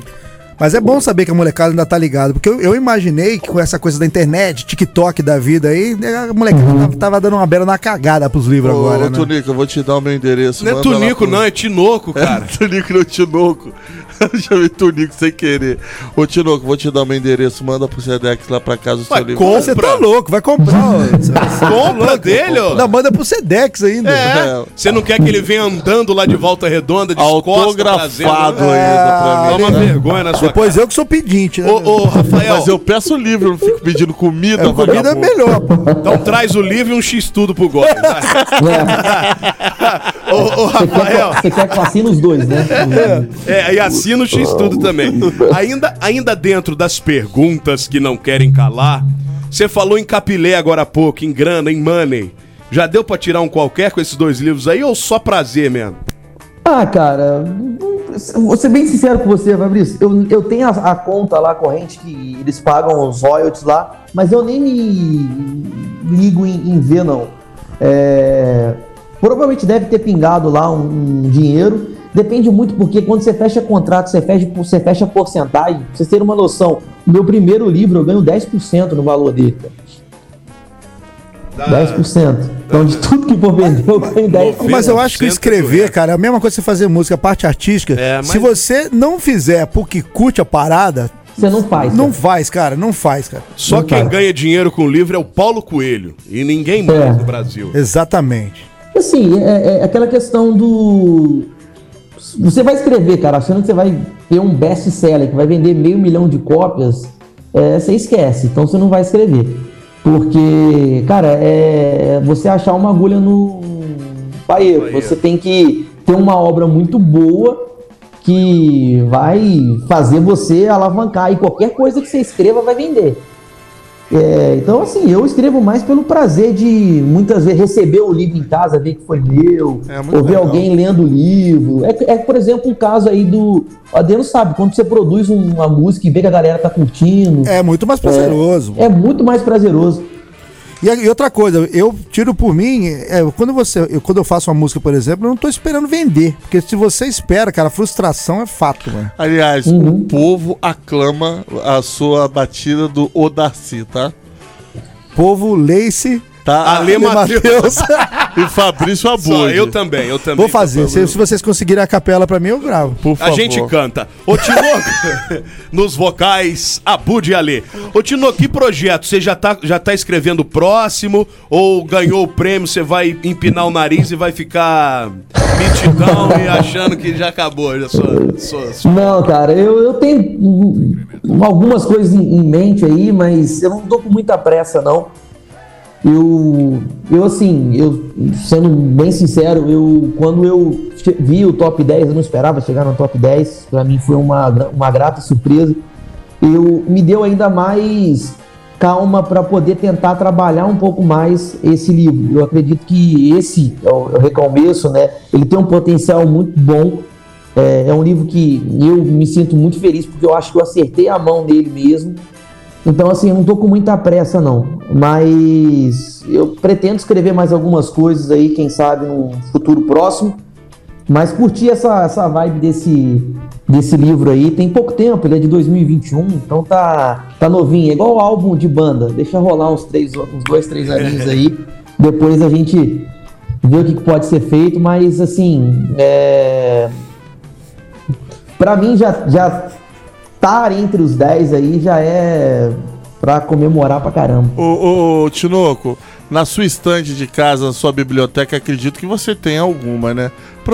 Mas é bom saber que a molecada ainda tá ligada, porque eu, eu imaginei que com essa coisa da internet, TikTok da vida aí, né, a molecada
Uhum.
tava, tava dando uma bela na cagada pros livros agora,
Ô,
né?
Tunico, eu vou te dar o meu endereço.
Não é
manda lá
Tunico,
pro- [LAUGHS]
não, é Tinoco, cara.
Tunico não, Tinoco. [LAUGHS] Eu chamei Tunico sem querer. Ô, Tinoco, vou te dar meu endereço. Manda pro Sedex lá pra casa o seu livro.
Mas Você tá louco, vai comprar. ó. Você- você tá
Compra
louco.
dele, ó.
Não, manda pro Sedex ainda.
É. Você não quer que ele venha andando lá de volta redonda, de
Autografado
né?
ainda pra mim. tá?
Toma vergonha na sua
Depois eu que sou pedinte, né?
cara. Ô, ô, Rafael,
Mas eu peço o livro, eu não fico pedindo comida.
É, comida é
vagabundo.
melhor, pô.
então traz o livro e um X-tudo pro Gomes. vai. ô, ô,
Você quer,
Rafael.
que- você quer que assine os
[LAUGHS]
dois, né?
É, e assina o X tudo também. Ainda, ainda dentro das perguntas que não querem calar, você falou em capilé agora há pouco, em grana, em money. Já deu pra tirar um qualquer com esses dois livros aí ou só prazer mesmo?
Ah, cara, vou ser bem sincero com você, Fabrício. Eu, eu tenho a, a conta lá corrente que eles pagam os royalties lá, mas eu nem me ligo em, em ver, não. É, provavelmente deve ter pingado lá um, um dinheiro. Depende muito, porque quando você fecha contrato, você fecha, por- você fecha porcentagem. Pra vocês terem uma noção, o meu primeiro livro eu ganho 10% no valor dele. cara. 10%. Então, de tudo que for vender, eu ganho 10%.
Ah. Mas eu acho que
90%
escrever,
correto.
cara, é a mesma coisa que você fazer música, a parte artística.
É, mas-
Se você não fizer porque curte a parada,
Você não faz.
não
cara.
faz, cara, não faz, cara.
Só
Não,
quem
cara.
ganha dinheiro com livro é o Paulo Coelho. E ninguém mais
É.
no Brasil.
Exatamente.
Assim, é, é aquela questão do. Você vai escrever, cara, achando que você vai ter um best seller que vai vender meio milhão de cópias, é, você esquece, então você não vai escrever. Porque, cara, é você achar uma agulha no paeiro. Você tem que ter uma obra muito boa que vai fazer você alavancar e qualquer coisa que você escreva vai vender. É, então, assim, eu escrevo mais pelo prazer de muitas vezes receber o livro em casa, ver que foi meu,
É, muito
ou ver
legal.
alguém lendo o livro. É, é, por exemplo, o caso aí do. O Adriano sabe, quando você produz um- uma música e vê que a galera tá curtindo, é,
É muito mais prazeroso.
muito mais prazeroso.
E, e outra coisa, eu tiro por mim, é, quando, você, eu, quando eu faço uma música, por exemplo, eu não tô esperando vender. Porque se você espera, cara, a frustração é fato, mano.
Aliás, o povo aclama a sua batida do Odaci, tá?
Povo, lace,
Tá?
Ale Matheus.
[LAUGHS] E Fabrício
Só,
Abud.
eu também, eu também.
vou fazer. Se, se vocês conseguirem a capela pra mim, eu gravo.
Por
A
favor.
gente canta. Ô,
[LAUGHS]
Tinoco, nos vocais, Abu de Ale. Ô, Tinoco, que projeto? Você já tá, já tá escrevendo o próximo? Ou ganhou o prêmio, você vai empinar o nariz e vai ficar mitidão e achando que já acabou? Já sou- sou-
[LAUGHS]
sou-
Não, cara, eu, eu tenho hum, algumas coisas em, em mente aí, mas eu não tô com muita pressa, não. Eu, eu assim, eu sendo bem sincero, eu quando eu che- vi o top 10, eu não esperava chegar no top 10, pra mim foi uma, gra- uma grata surpresa. Eu me deu ainda mais calma pra poder tentar trabalhar um pouco mais esse livro. Eu acredito que esse é o, é o recomeço, né? Ele tem um potencial muito bom. É, é um livro que eu me sinto muito feliz porque eu acho que eu acertei a mão nele mesmo. Então, assim, eu não tô com muita pressa, não. Mas eu pretendo escrever mais algumas coisas aí, quem sabe no futuro próximo. Mas curti essa, essa vibe desse, desse livro aí. Tem pouco tempo, ele é de 2021, então tá, tá novinho. É igual o álbum de banda. Deixa rolar uns, três, uns dois, três aninhos aí. Depois a gente vê o que que pode ser feito. Mas, assim, é... Pra mim, já, já estar entre os 10 aí já é pra comemorar pra caramba.
Ô, ô, ô, Tinoco, na sua estante de casa, na sua biblioteca, acredito que você tem alguma, né?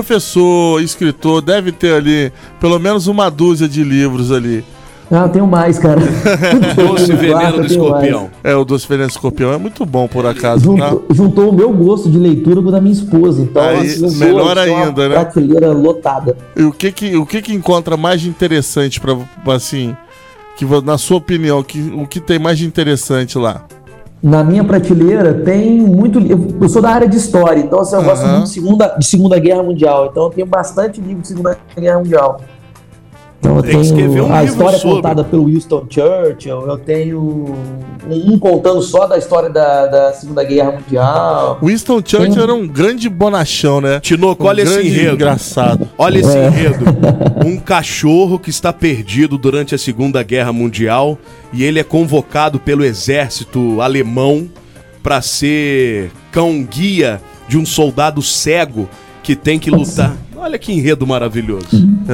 Professor, escritor, deve ter ali pelo menos uma dúzia de livros ali.
Ah, eu tenho mais,
[LAUGHS]
cara.
Doce
Eu tenho mais,
veneno do
eu tenho mais.
escorpião.
É, o Doce Veneno Escorpião é muito bom, por acaso, tá?
Juntou, juntou o meu gosto de leitura com o da minha esposa. Então,
Aí,
assim, eu
melhor
vou achar uma
ainda, né?
Prateleira lotada.
E o que que, o que, que encontra mais de interessante para assim, que vo- na sua opinião, que, o que tem mais de interessante lá?
Na minha prateleira tem muito. li- Eu, eu sou da área de história, então assim, eu gosto
Aham.
muito de segunda, de segunda Guerra Mundial. Então eu tenho bastante livro de Segunda Guerra Mundial. Então eu
Tem que escrever
tenho
um
a
livro
história
sobre.
contada pelo Winston Churchill, eu tenho um contando só da história da, da Segunda Guerra Mundial.
Winston Churchill
Tem-
era um grande bonachão, né?
Tinoco,
um
olha esse
grande
enredo.
engraçado.
Olha esse
É.
enredo. Um cachorro que está perdido durante a Segunda Guerra Mundial e ele é convocado pelo exército alemão para ser cão guia de um soldado cego que tem que lutar Olha que enredo maravilhoso.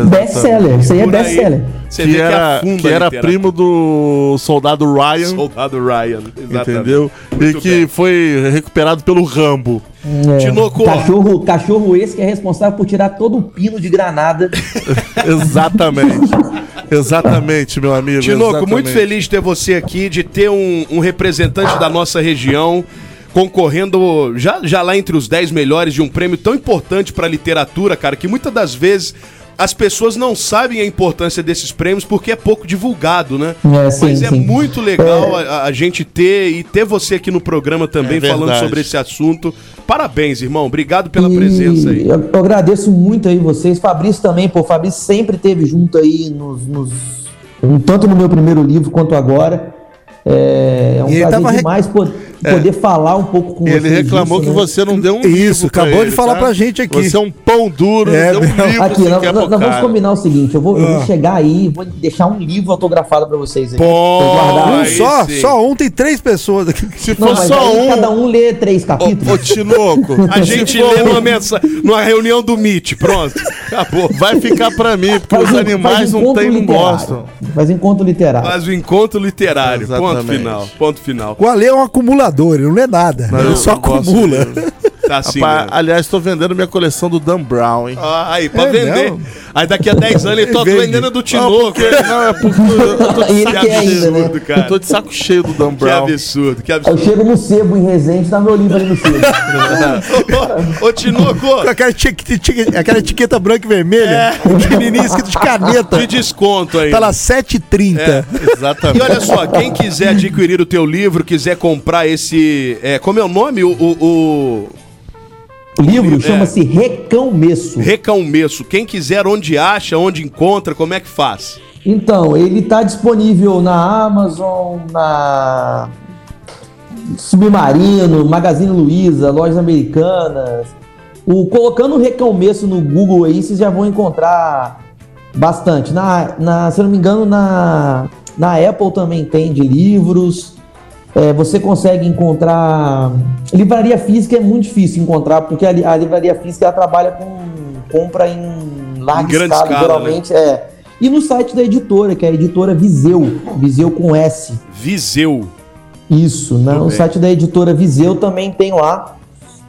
Best-seller, isso aí é
Por aí,
best-seller.
Você vê
Que era,
afunda
que
a
era
literatura.
primo do soldado Ryan,
Soldado Ryan, exatamente.
entendeu?
Muito
e que
bem.
foi recuperado pelo Rambo. [LAUGHS]
É,
Tinoco,
cachorro, cachorro esse que é responsável por tirar todo o pino de granada.
Exatamente. Exatamente, meu amigo.
Tinoco,
exatamente.
muito feliz de ter você aqui, de ter um, um representante da nossa região concorrendo já, já lá entre os 10 melhores de um prêmio tão importante para literatura, cara, que muitas das vezes as pessoas não sabem a importância desses prêmios porque é pouco divulgado, né?
É, sim,
Mas é
sim.
muito legal
É.
a, a gente ter e ter você aqui no programa também
É
falando
verdade.
sobre esse assunto. Parabéns, irmão. Obrigado pela presença aí.
Eu, eu agradeço muito aí vocês. Fabrício também, pô. Fabrício sempre esteve junto aí nos, nos- um- tanto no meu primeiro livvo quanto agora. É, é um
E ele
prazer
tava rec-
demais po- poder falar um pouco com
É. Ele
vocês.
reclamou
disso,
que
né?
você não deu um
Isso,
livro pra
acabou de
ele,
falar pra gente aqui.
Você é um pão duro,
É,
não deu
meu.
um livro
Aqui, nós,
sequer
nós-
pro
nós vamos
cara.
combinar o seguinte: eu vou, eu vou
Ah.
chegar aí, vou deixar um livro autografado pra vocês aí.
Pô,
guardado.
Um
aí
só,
sim.
só ontem três pessoas aqui.
Se
Não,
for
mas
só
aí
um,
cada um lê três capítulos.
Ô, Tinoco, um.
A gente lê uma mensagem numa reunião do MIT, pronto. Acabou.
vai ficar pra mim, porque
Faz
os
um-
animais
faz um
não
encontro
têm, não
literário.
gostam.
Faz encontro literário.
Faz o encontro literário. Ponto
Exatamente.
final. Ponto final.
O Ale é um acumulador, ele não lê nada.
Não,
ele
eu
só
não gosto
acumula.
Tá assim.
Rapaz,
né?
aliás, tô vendendo minha coleção do Dan Brown, hein?
Ah, aí, pra
É
vender.
mesmo?
Aí daqui a 10 anos ele tá
Vende.
vendendo do Tinoco.
Não, é porque eu tô de
Ele
saco
quer ainda,
cheio.
né?
absurdo,
Eu tô
cara.
de saco cheio do Dan
Que
Brown.
absurdo, que
Eu
absurdo.
chego no sebo em Resende, tá meu livro ali
[LAUGHS]
no sebo.
Ô, ô, Tinoco,
Com [LAUGHS] aquela, etiqueta- etiqueta- aquela etiqueta branca e
É.
vermelha, pequenininha, escrito de caneta.
[LAUGHS]
de desconto aí. É,
Tá lá 7h30.
E
Exatamente.
olha só, quem quiser adquirir o teu livro, quiser comprar esse. É, como é o nome? O. o,
livro chama-se Recão Messo.
o Recalmeço. Quem quiser, onde acha, onde encontra, como é que faz?
Então, ele tá disponível na Amazon, na Submarino, Magazine Luiza, lojas americanas. O, colocando o Recalmeço no Google aí, vocês já vão encontrar bastante. Na, na, se eu não me engano, na, na Apple também tem de livros. É, você consegue encontrar. hum, Livraria física é muito difícil encontrar, porque a, li- a livraria física ela trabalha com compra em larga
Em grande
escala,
escala,
geralmente. É. E no site da editora, que é a editora Viseu, Viseu com S.
Viseu.
Isso, né?
Muito
o
bem.
site da editora Viseu também tem lá.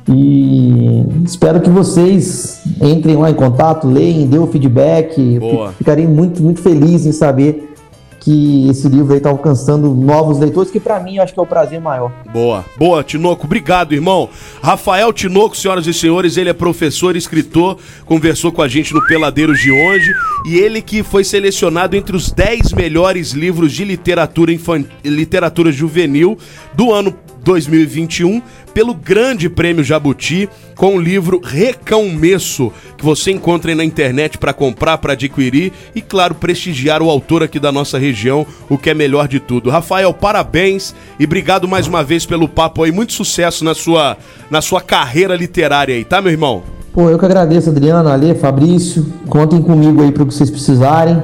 E espero que vocês entrem lá em contato, leem, dê o feedback.
Boa.
Fi- Ficarei muito, muito feliz em saber que esse livro aí tá alcançando novos leitores, que pra mim eu acho que é o prazer maior.
Boa, boa, Tinoco. Obrigado, irmão. Rafael Tinoco, senhoras e senhores, ele é professor, e escritor, conversou com a gente no Peladeiros de hoje e ele que foi selecionado entre os 10 melhores livros de literatura, infan- literatura juvenil do ano 2021 pelo Grande Prêmio Jabuti com o livro Recalmeço, que você encontra aí na internet para comprar, para adquirir e, claro, prestigiar o autor aqui da nossa região, o que é melhor de tudo. Rafael, parabéns e obrigado mais uma vez pelo papo aí. Muito sucesso na sua, na sua carreira literária aí, tá, meu irmão?
Pô, eu que agradeço, Adriano, Ale, Fabrício. Contem comigo aí pro que vocês precisarem.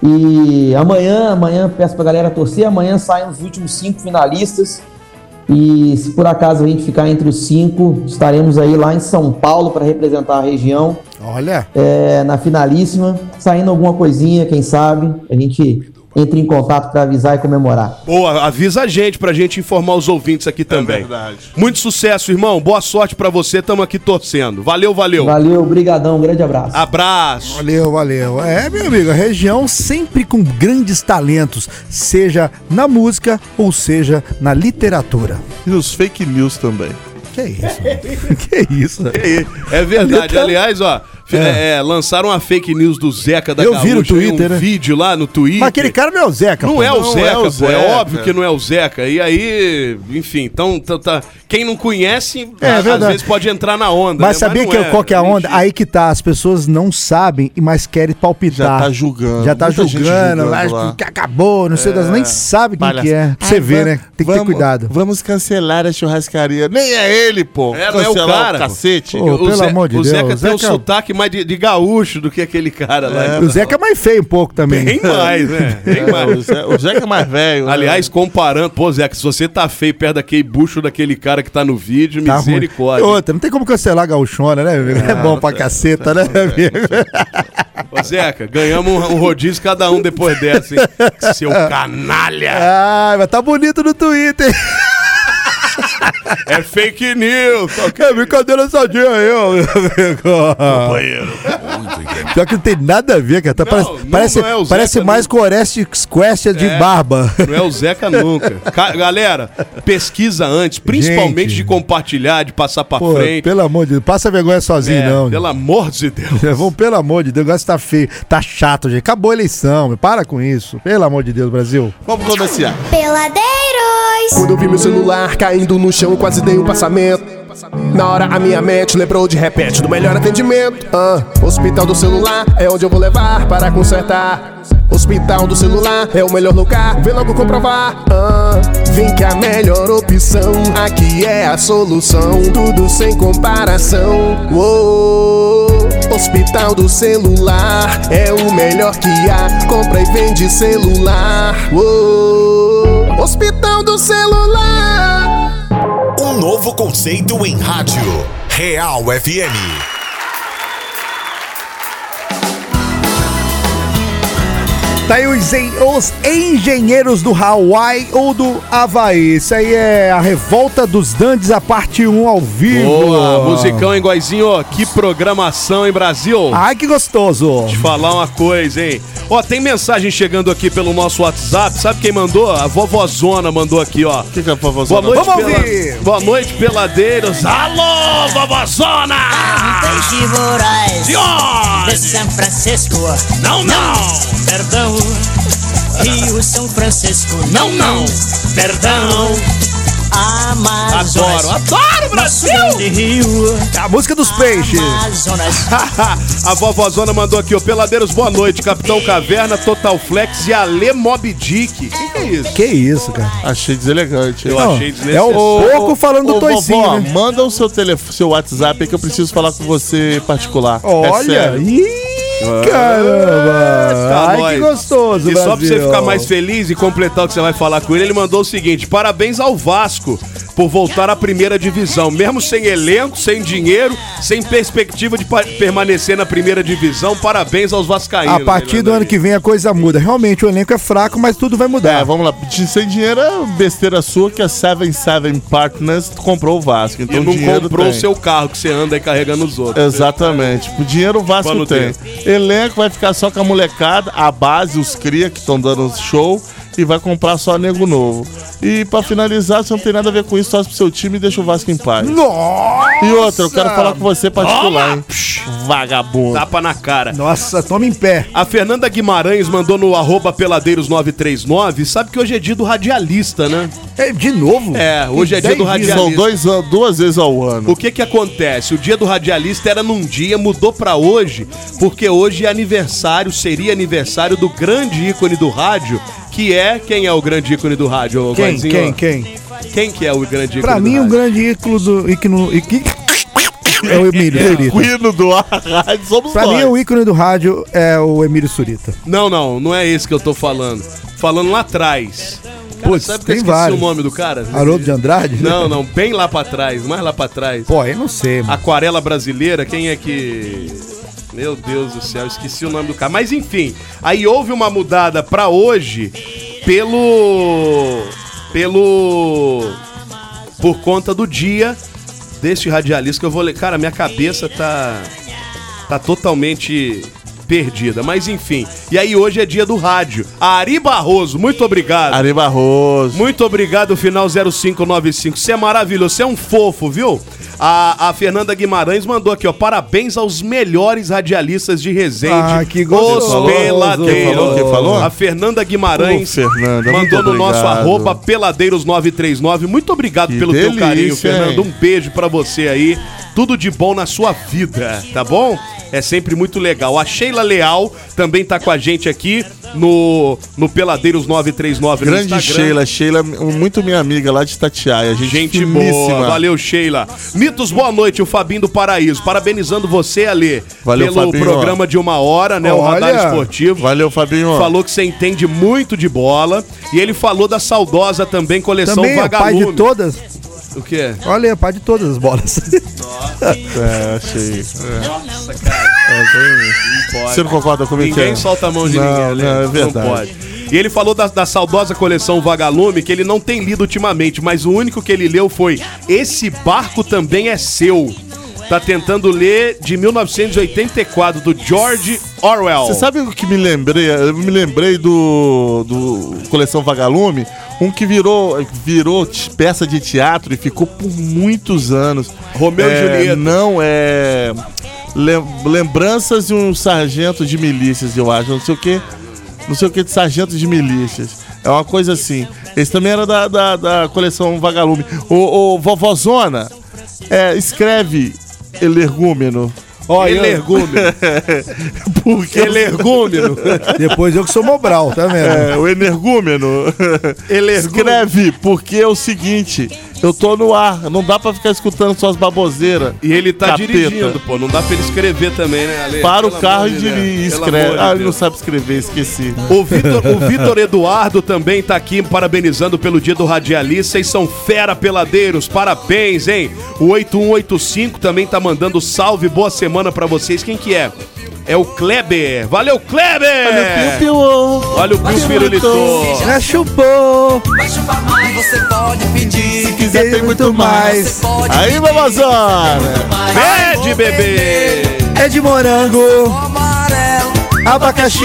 E amanhã, amanhã peço pra galera torcer. Amanhã saem os últimos cinco finalistas. E se por acaso a gente ficar entre os cinco, estaremos aí lá em São Paulo para representar a região
Olha,
é, na finalíssima. Saindo alguma coisinha, quem sabe, a gente entra em contato para avisar e comemorar.
Boa, avisa a gente pra gente informar os ouvintes aqui também.
verdade.
Muito sucesso, irmão. Boa sorte pra você. Tamo aqui torcendo. Valeu, valeu.
Valeu, brigadão, um grande abraço.
Abraço.
valeu, valeu. É, meu amigo, a região sempre com grandes talentos, seja na música ou seja na literatura.
E os fake news também.
Que é isso? mano? que isso? né?
É
Então,
verdade. Aliás, ó, fi- é, é, lançaram uma fake news do Zeca da
Eu vi no
Gaúcha, aí,
Twitter,
um
né?
vídeo lá no Twitter.
Mas aquele cara não é o Zeca.
Não
pô.
é o
Não
Zeca,
é o
pô.
Zeca.
É óbvio que não é o Zeca. E aí, enfim, então tá, tá- quem não conhece,
É
a- às
verdade.
vezes pode entrar na onda.
Mas
né?
sabia
não
que qual que é a onda?
Mentira.
Aí que tá, as pessoas não sabem, mas querem
Já
palpitar.
tá julgando.
Já tá
Muita gente
julgando, acho
lá.
que acabou, não sei das, nem sabe quem que é. Pra você ver, né? Tem que ter cuidado.
Vamos cancelar a churrascaria. Nem é ele, pô.
É, não é o
cancelar
cara, pô.
cacete.
Pô,
O
pelo
Ze-
amor de
o
Deus,
Zeca tem um
Zeca- é
sotaque mais de, de gaúcho do que aquele cara lá.
o Zeca é mais feio um pouco também.
Bem mais,
[LAUGHS]
né? Bem mais.
O
tá
Zé- o Zeca é mais velho. né?
Aliás, comparando, pô, Zeca, se você tá feio perto daquele bucho daquele cara que tá no vídeo,
Tá ruim. E
misericórdia. Ah,
outra, não tem como cancelar a gauchona, né, amigo? É bom pra caceta, né, amigo?
Ô, Zeca, ganhamos um, um rodízio cada um depois dessa, hein? Seu canalha!
Ai, mas tá bonito no Twitter.
É fake news!
É brincadeira sadia aí, ó, meu amigo. Pior que não tem nada a ver, cara. Tá,
Não,
parece
não,
parece,
não é o Zeca,
parece mais com o Orestes Quest de
É.
barba.
Não é o Zeca nunca. Ca- Galera, pesquisa antes, principalmente
Gente.
de compartilhar, de passar pra
Pô,
frente.
pelo amor de Deus, passa vergonha sozinho,
É,
não.
pelo amor de Deus.
É, [LAUGHS] Vamos, pelo amor de Deus, o negócio tá feio, tá chato, gente. Acabou a eleição, meu. para com isso. Pelo amor de Deus, Brasil.
Vamos começar.
Peladeiros!
Quando eu vi meu celular caindo no chão, quase dei um passamento. Na hora a minha mente lembrou de repente do melhor atendimento. Ah, hospital do celular é onde eu vou levar para consertar. Hospital do celular é o melhor lugar, vem logo comprovar. Ah, vem que a melhor opção aqui é a solução, tudo sem comparação. Uou, hospital do celular é o melhor que há, compra e vende celular. Uou, hospital do celular.
Um novo conceito em rádio. Real FM.
Tá aí os, en- os engenheiros do Hawaii ou do Havaí. Isso aí é a revolta dos Dandes, a parte 1 ao vivo.
Boa, musicão, hein, Goizinho? Ó, Que programação, hein, Brasil?
Ai, que gostoso.
te falar uma coisa, hein? Ó, tem mensagem chegando aqui pelo nosso WhatsApp. Sabe quem mandou? A vovozona mandou aqui, ó.
O que, que é pra você?
Boa noite,
Vamos
pela-
ouvir.
Boa noite, peladeiros. Alô, vovozona!
de Moraes,
De onde?
é de São Francisco,
Não, não!
perdão. Rio São Francisco,
Não, não! Perdão!
Amazonas.
Adoro, adoro,
Nosso
Brasil!
grande rio,
A música dos peixes.
Amazonas.
[LAUGHS]
[LAUGHS] a vovozona mandou aqui, ó. Peladeiros, boa noite. Capitão Caverna, Total Flex e Alê Mob Dick. Que que é isso?
Que isso, cara.
Achei deselegante.
Eu
Não.
achei
É
desnecessário.
o pouco falando do
ô, vovó,
toicinho, né?
manda o seu, telef... seu WhatsApp aí que eu preciso falar com você particular. É
Olha,
sério.
ih, caramba.
Ah, Tá,
Ai,
nós.
que gostoso,
E
Brasil.
só pra você ficar mais feliz e completar o que você vai falar com ele, ele mandou o seguinte: parabéns ao Vasco por voltar à primeira divisão. Mesmo sem elenco, sem dinheiro, sem perspectiva de pa- permanecer na primeira divisão, parabéns aos Vascaínos.
A partir
né?
do ano que vem a coisa muda. Realmente o elenco é fraco, mas tudo vai
É,
mudar.
vamos lá. De- Sem dinheiro é besteira sua que a Seven Seven Partners comprou o Vasco. Então
E não
dinheiro
comprou
tem.
o seu carro que você anda aí carregando os outros.
Exatamente. O dinheiro o Vasco
Pano
tem. Elenco vai ficar só com a molecada, a base, os cria que estão dando show e vai comprar só nego novo. E pra finalizar, você não tem nada a ver com isso, torce pro seu time e deixa o Vasco em paz.
Nossa!
E outra, eu quero falar com você particular, hein? Vagabundo.
Tapa na cara.
Nossa, toma em pé.
A Fernanda Guimarães mandou no arroba peladeiros939. Sabe que hoje é dia do radialista, né?
É, de novo?
É, hoje é
Em
dia do
dez dias.
radialista.
São dois, an- duas vezes ao ano.
O que que acontece? O dia do radialista era num dia, mudou pra hoje, porque hoje é aniversário, seria aniversário do grande ícone do rádio, que é quem é o grande ícone do rádio? ô,
Quem,
Guazinho?
quem, quem?
Quem que é o grande ícone
Pra
do
mim, o
rádio?
grande ícone do. ícone- ícone- É o Emílio Surita.
Quino do rádio somos
Pra
nós.
mim, o ícone do rádio é o Emílio Surita.
Não, não, não é esse que eu tô falando. Falando lá atrás. Cara,
Putz,
sabe que eu
tem
esqueci
vários.
o nome do cara?
Haroldo de Andrade?
Não, não, bem lá pra trás, mais lá pra trás.
Pô, eu não sei, mano.
Aquarela Brasileira, quem é que. Meu Deus do céu, esqueci o nome do cara. Mas enfim, aí houve uma mudada pra hoje pelo. pelo. por conta do dia deste radialista que eu vou ler. Cara, minha cabeça tá. tá totalmente perdida. Mas enfim, e aí hoje é dia do rádio. Ari Barroso, muito obrigado.
Ari Barroso.
Muito obrigado, Final 0595. Você é maravilhoso, você é um fofo, viu? A, a Fernanda Guimarães mandou aqui, ó. Parabéns aos melhores radialistas de Resende.
Ah, que gostoso.
Os peladeiros.
Quem falou? Quem falou?
A Fernanda Guimarães
Ô, Fernanda, muito
mandou no nosso
obrigado.
arroba peladeiros939. Muito obrigado
Que
pelo teu Um
delícia,
carinho, Fernando.
hein?
Um beijo pra você aí. Tudo de bom na sua vida, tá bom? é sempre muito legal. A Sheila Leal também tá com a gente aqui no, no Peladeiros 939 no
Grande
Instagram.
Sheila, Sheila, muito minha amiga lá de Tatiaia. Gente,
Gente
finíssima.
boa, valeu Sheila. Mitos, boa noite, o Fabinho do Paraíso. Parabenizando você, Ale,
Valeu,
pelo
Fabinho.
programa de uma hora, né? O Radar
Olha.
Esportivo.
Valeu, Fabinho.
Falou que você entende muito de bola. E ele falou da saudosa também coleção
Também é pai
Ah, Vagalume.
de todas.
O quê?
Olha, é pai de todas as bolas.
É, achei. É.
Nossa, cara. Não pode.
Você não concorda comigo?
Ninguém
é?
solta a mão de
não,
ninguém, Ale.
Não, é verdade.
E ele falou da, da saudosa coleção Vagalume, que ele não tem lido ultimamente, mas o único que ele leu foi Esse Barco Também É Seu. Tá tentando ler de 1984, do George Orwell.
Você sabe o que me lembrei? Eu me lembrei do, do Coleção Vagalume, um que virou, virou te- peça de teatro e ficou por muitos anos.
Romeu e
É,
Julieta.
Não, é. lem- Lembranças de um sargento de milícias, eu acho, não sei o quê. Não sei o que de sargento de milícias. É uma coisa assim. Esse também era da, da, da coleção Vagalume. Ô, ô vovozona, é, escreve Elergúmeno. [LAUGHS]
Ó, eu-
Energúmeno.
Porque
Energúmeno.
[LAUGHS] Depois eu que sou Mobral, tá vendo?
É,
[LAUGHS]
o energúmeno. Escreve, porque é o seguinte, eu tô no ar, não dá pra ficar escutando suas baboseiras.
E ele tá
Capeta.
dirigindo, pô. Não dá pra ele escrever também, né, Ale?
Para
Pelo
o carro
amor
e
de Deus.
dirige,
Pelo
escreve.
amor de
ah, ele não
Deus.
sabe escrever, esqueci.
O Vitor, o Vitor Eduardo também tá aqui parabenizando pelo dia do radialista. Vocês são fera peladeiros, parabéns, hein? O 8185 também tá mandando salve, boa semana pra vocês. Quem que é? É o Kleber. Valeu, Kleber! É. Olha o Cus Firulitor.
Já É chupou.
Vai chupar mais, você pode pedir.
Se quiser tem muito mais. Aí, babazona.
Pede, bebê!
É de morango,
Amarelo,
abacaxi,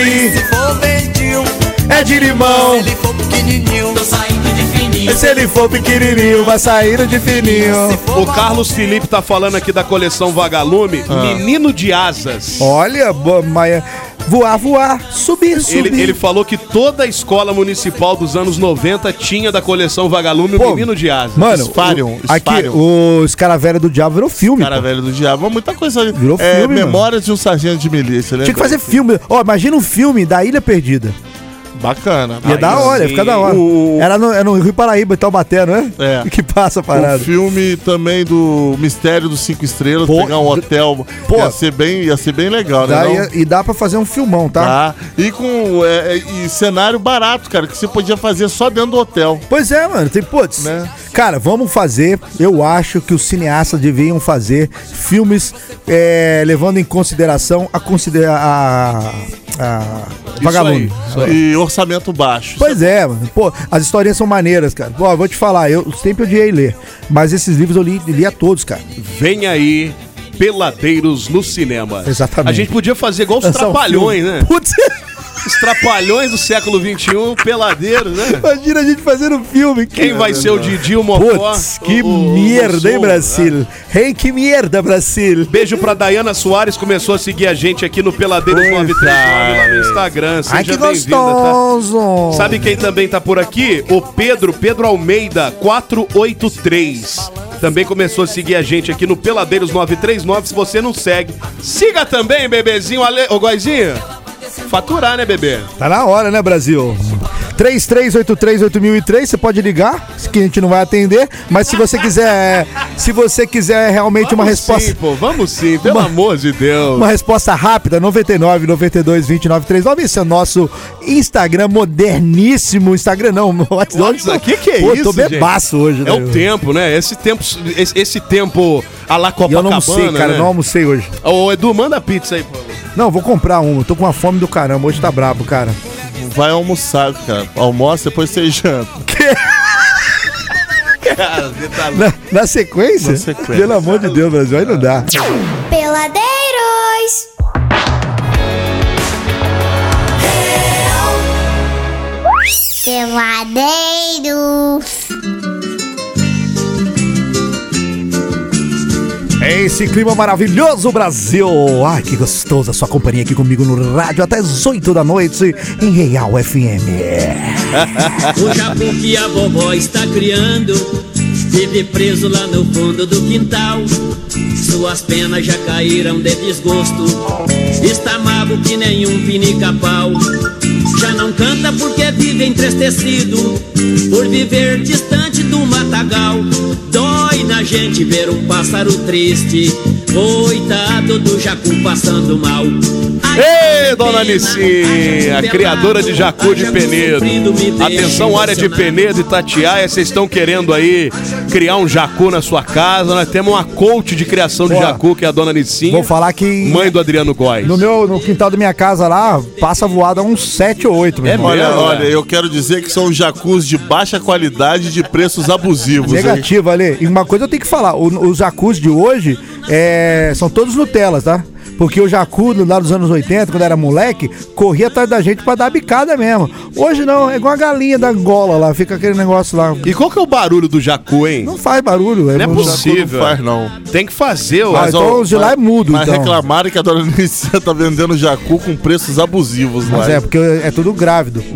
for verdinho,
é de limão.
ele for pequenininho. Tô saindo de fininho.
E se ele for pequenininho, vai saindo de fininho.
O Carlos Felipe tá falando aqui da coleção Vagalume,
Ah.
Menino de Asas.
Olha, bo- Maia. Voar, voar, subir, subir.
Ele, ele falou que toda a escola municipal dos anos 90 tinha da coleção Vagalume o
Pô,
Menino de Asas.
Mano,
Espalham,
o, aqui,
espalham.
o Escaravelha do Diabo virou filme.
Cara velho do diabo, muita coisa. ali.
Virou
é,
filme, mano.
Memórias de um sargento de milícia, né?
Tinha que fazer filme. Ó, imagina um filme da Ilha Perdida.
Bacana.
Ia
bacana.
dar hora, ia ficar da hora.
O-
Era no, era no Rio Paraíba, Taubaté, não é? [LAUGHS]
É.
Que passa a
O
parada.
filme também do Mistério dos Cinco Estrelas,
Pô,
pegar um hotel.
pô.
ia, ser bem, ia ser bem legal, né?
Dá-
não?
ia- e dá pra fazer um filmão, tá?
Tá. E com é, é, e cenário barato, cara, que você podia fazer só dentro do hotel.
Pois é, mano. Tem, putz.
Né?
Cara, vamos fazer. Eu acho que os cineastas deviam fazer filmes é, levando em consideração a considerar a. a vagalume.
E orçamento baixo.
Pois é, mano. Pô, as historinhas são maneiras, cara. Pô, eu vou te falar, eu sempre odiei ler. Mas esses livros eu li, li a todos, cara.
Vem aí, Peladeiros no cinema.
Exatamente.
A gente podia fazer igual os
Lançar um
trapalhões,
filme.
né?
Putz, [LAUGHS]
Os trapalhões do século XXI, peladeiros, né?
imagina a gente fazendo um filme. cara.
Quem vai ser o Didi, o Mocó?
Putz, que
o- o- o Mussum,
merda, hein,
né?
Brasil? Hein, que merda, Brasil?
Beijo pra Dayana Soares, começou a seguir a gente aqui no Peladeiros 939 lá no Instagram.
é. Ai,
Seja
que
bem-vinda, tá?
gostoso.
Sabe quem também tá por aqui? O Pedro, Pedro Almeida, 483. Também começou a seguir a gente aqui no Peladeiros 939. Se você não segue, siga também, bebezinho. Ale... Ô, Goizinho, faturar, né, bebê?
Tá na hora, né, Brasil? 33838003, você pode ligar, que a gente não vai atender, mas se você quiser, se você quiser realmente uma resposta,
sim, pô, vamos sim, pelo
Uma-
amor de Deus.
uma resposta rápida, 99 92 29 39, esse é o nosso Instagram moderníssimo, Instagram não, [LAUGHS] WhatsApp.
Nossa, que que é
Pô,
isso,
Eu tô bebaço
gente?
hoje,
É o tempo, né? Esse tempo, esse, esse tempo a lá
E
Copacabana,
eu não almocei, cara,
né?
não almocei hoje.
Ô, Edu, manda a pizza aí, pô.
Não, vou comprar uma, eu tô com uma fome do caramba, hoje tá brabo, cara.
Vai almoçar, cara. Almoça, depois você janta.
Na, na sequência?
Na sequência.
Pelo amor de Deus, Brasil, aí não dá.
Peladeiros. Peladeiros.
É esse clima maravilhoso, Brasil! Ai, que gostoso a sua companhia aqui comigo no rádio até as 8 da noite em Real FM.
O jabu que a vovó está criando Vive preso lá no fundo do quintal
suas penas já caíram de desgosto. Está mago que nenhum pinica-pau. Já não canta porque vive entristecido, por viver distante do matagal. Dói na gente ver um pássaro triste, coitado do jacu passando mal.
Ei, dona Nicinha, criadora de Jacu de Penedo. Atenção, área de Penedo e Tatiaia, vocês estão querendo aí criar um jacu na sua casa. Nós temos uma coach de criação de
Ó,
jacu, que é a dona Nicinha.
vou falar que-
Mãe do Adriano Góes.
No, meu, no quintal da minha casa lá, passa voada uns 7 ou 8.
É
meu irmão.
olha, olha, eu quero dizer que são jacuzzi de baixa qualidade e de preços abusivos. hein?
Negativo, Ale. E uma coisa eu tenho que falar: o- os jacuzzi de hoje é, são todos Nutelas, tá? Porque o jacu lá dos anos 80, quando era moleque, corria atrás da gente pra dar bicada mesmo. Hoje não, é igual a galinha da Angola lá, fica aquele negócio lá.
E qual que é o barulho do jacu, hein?
Não faz barulho,
Não é
um-
possível.
não faz, não.
Tem que fazer, ó.
Ah, então os de lá é mudo,
Mas
então.
reclamaram que a dona [LAUGHS] Nicinha tá vendendo jacu com preços abusivos lá.
Mas é, porque é
[LAUGHS]
tudo grávido.
[LAUGHS]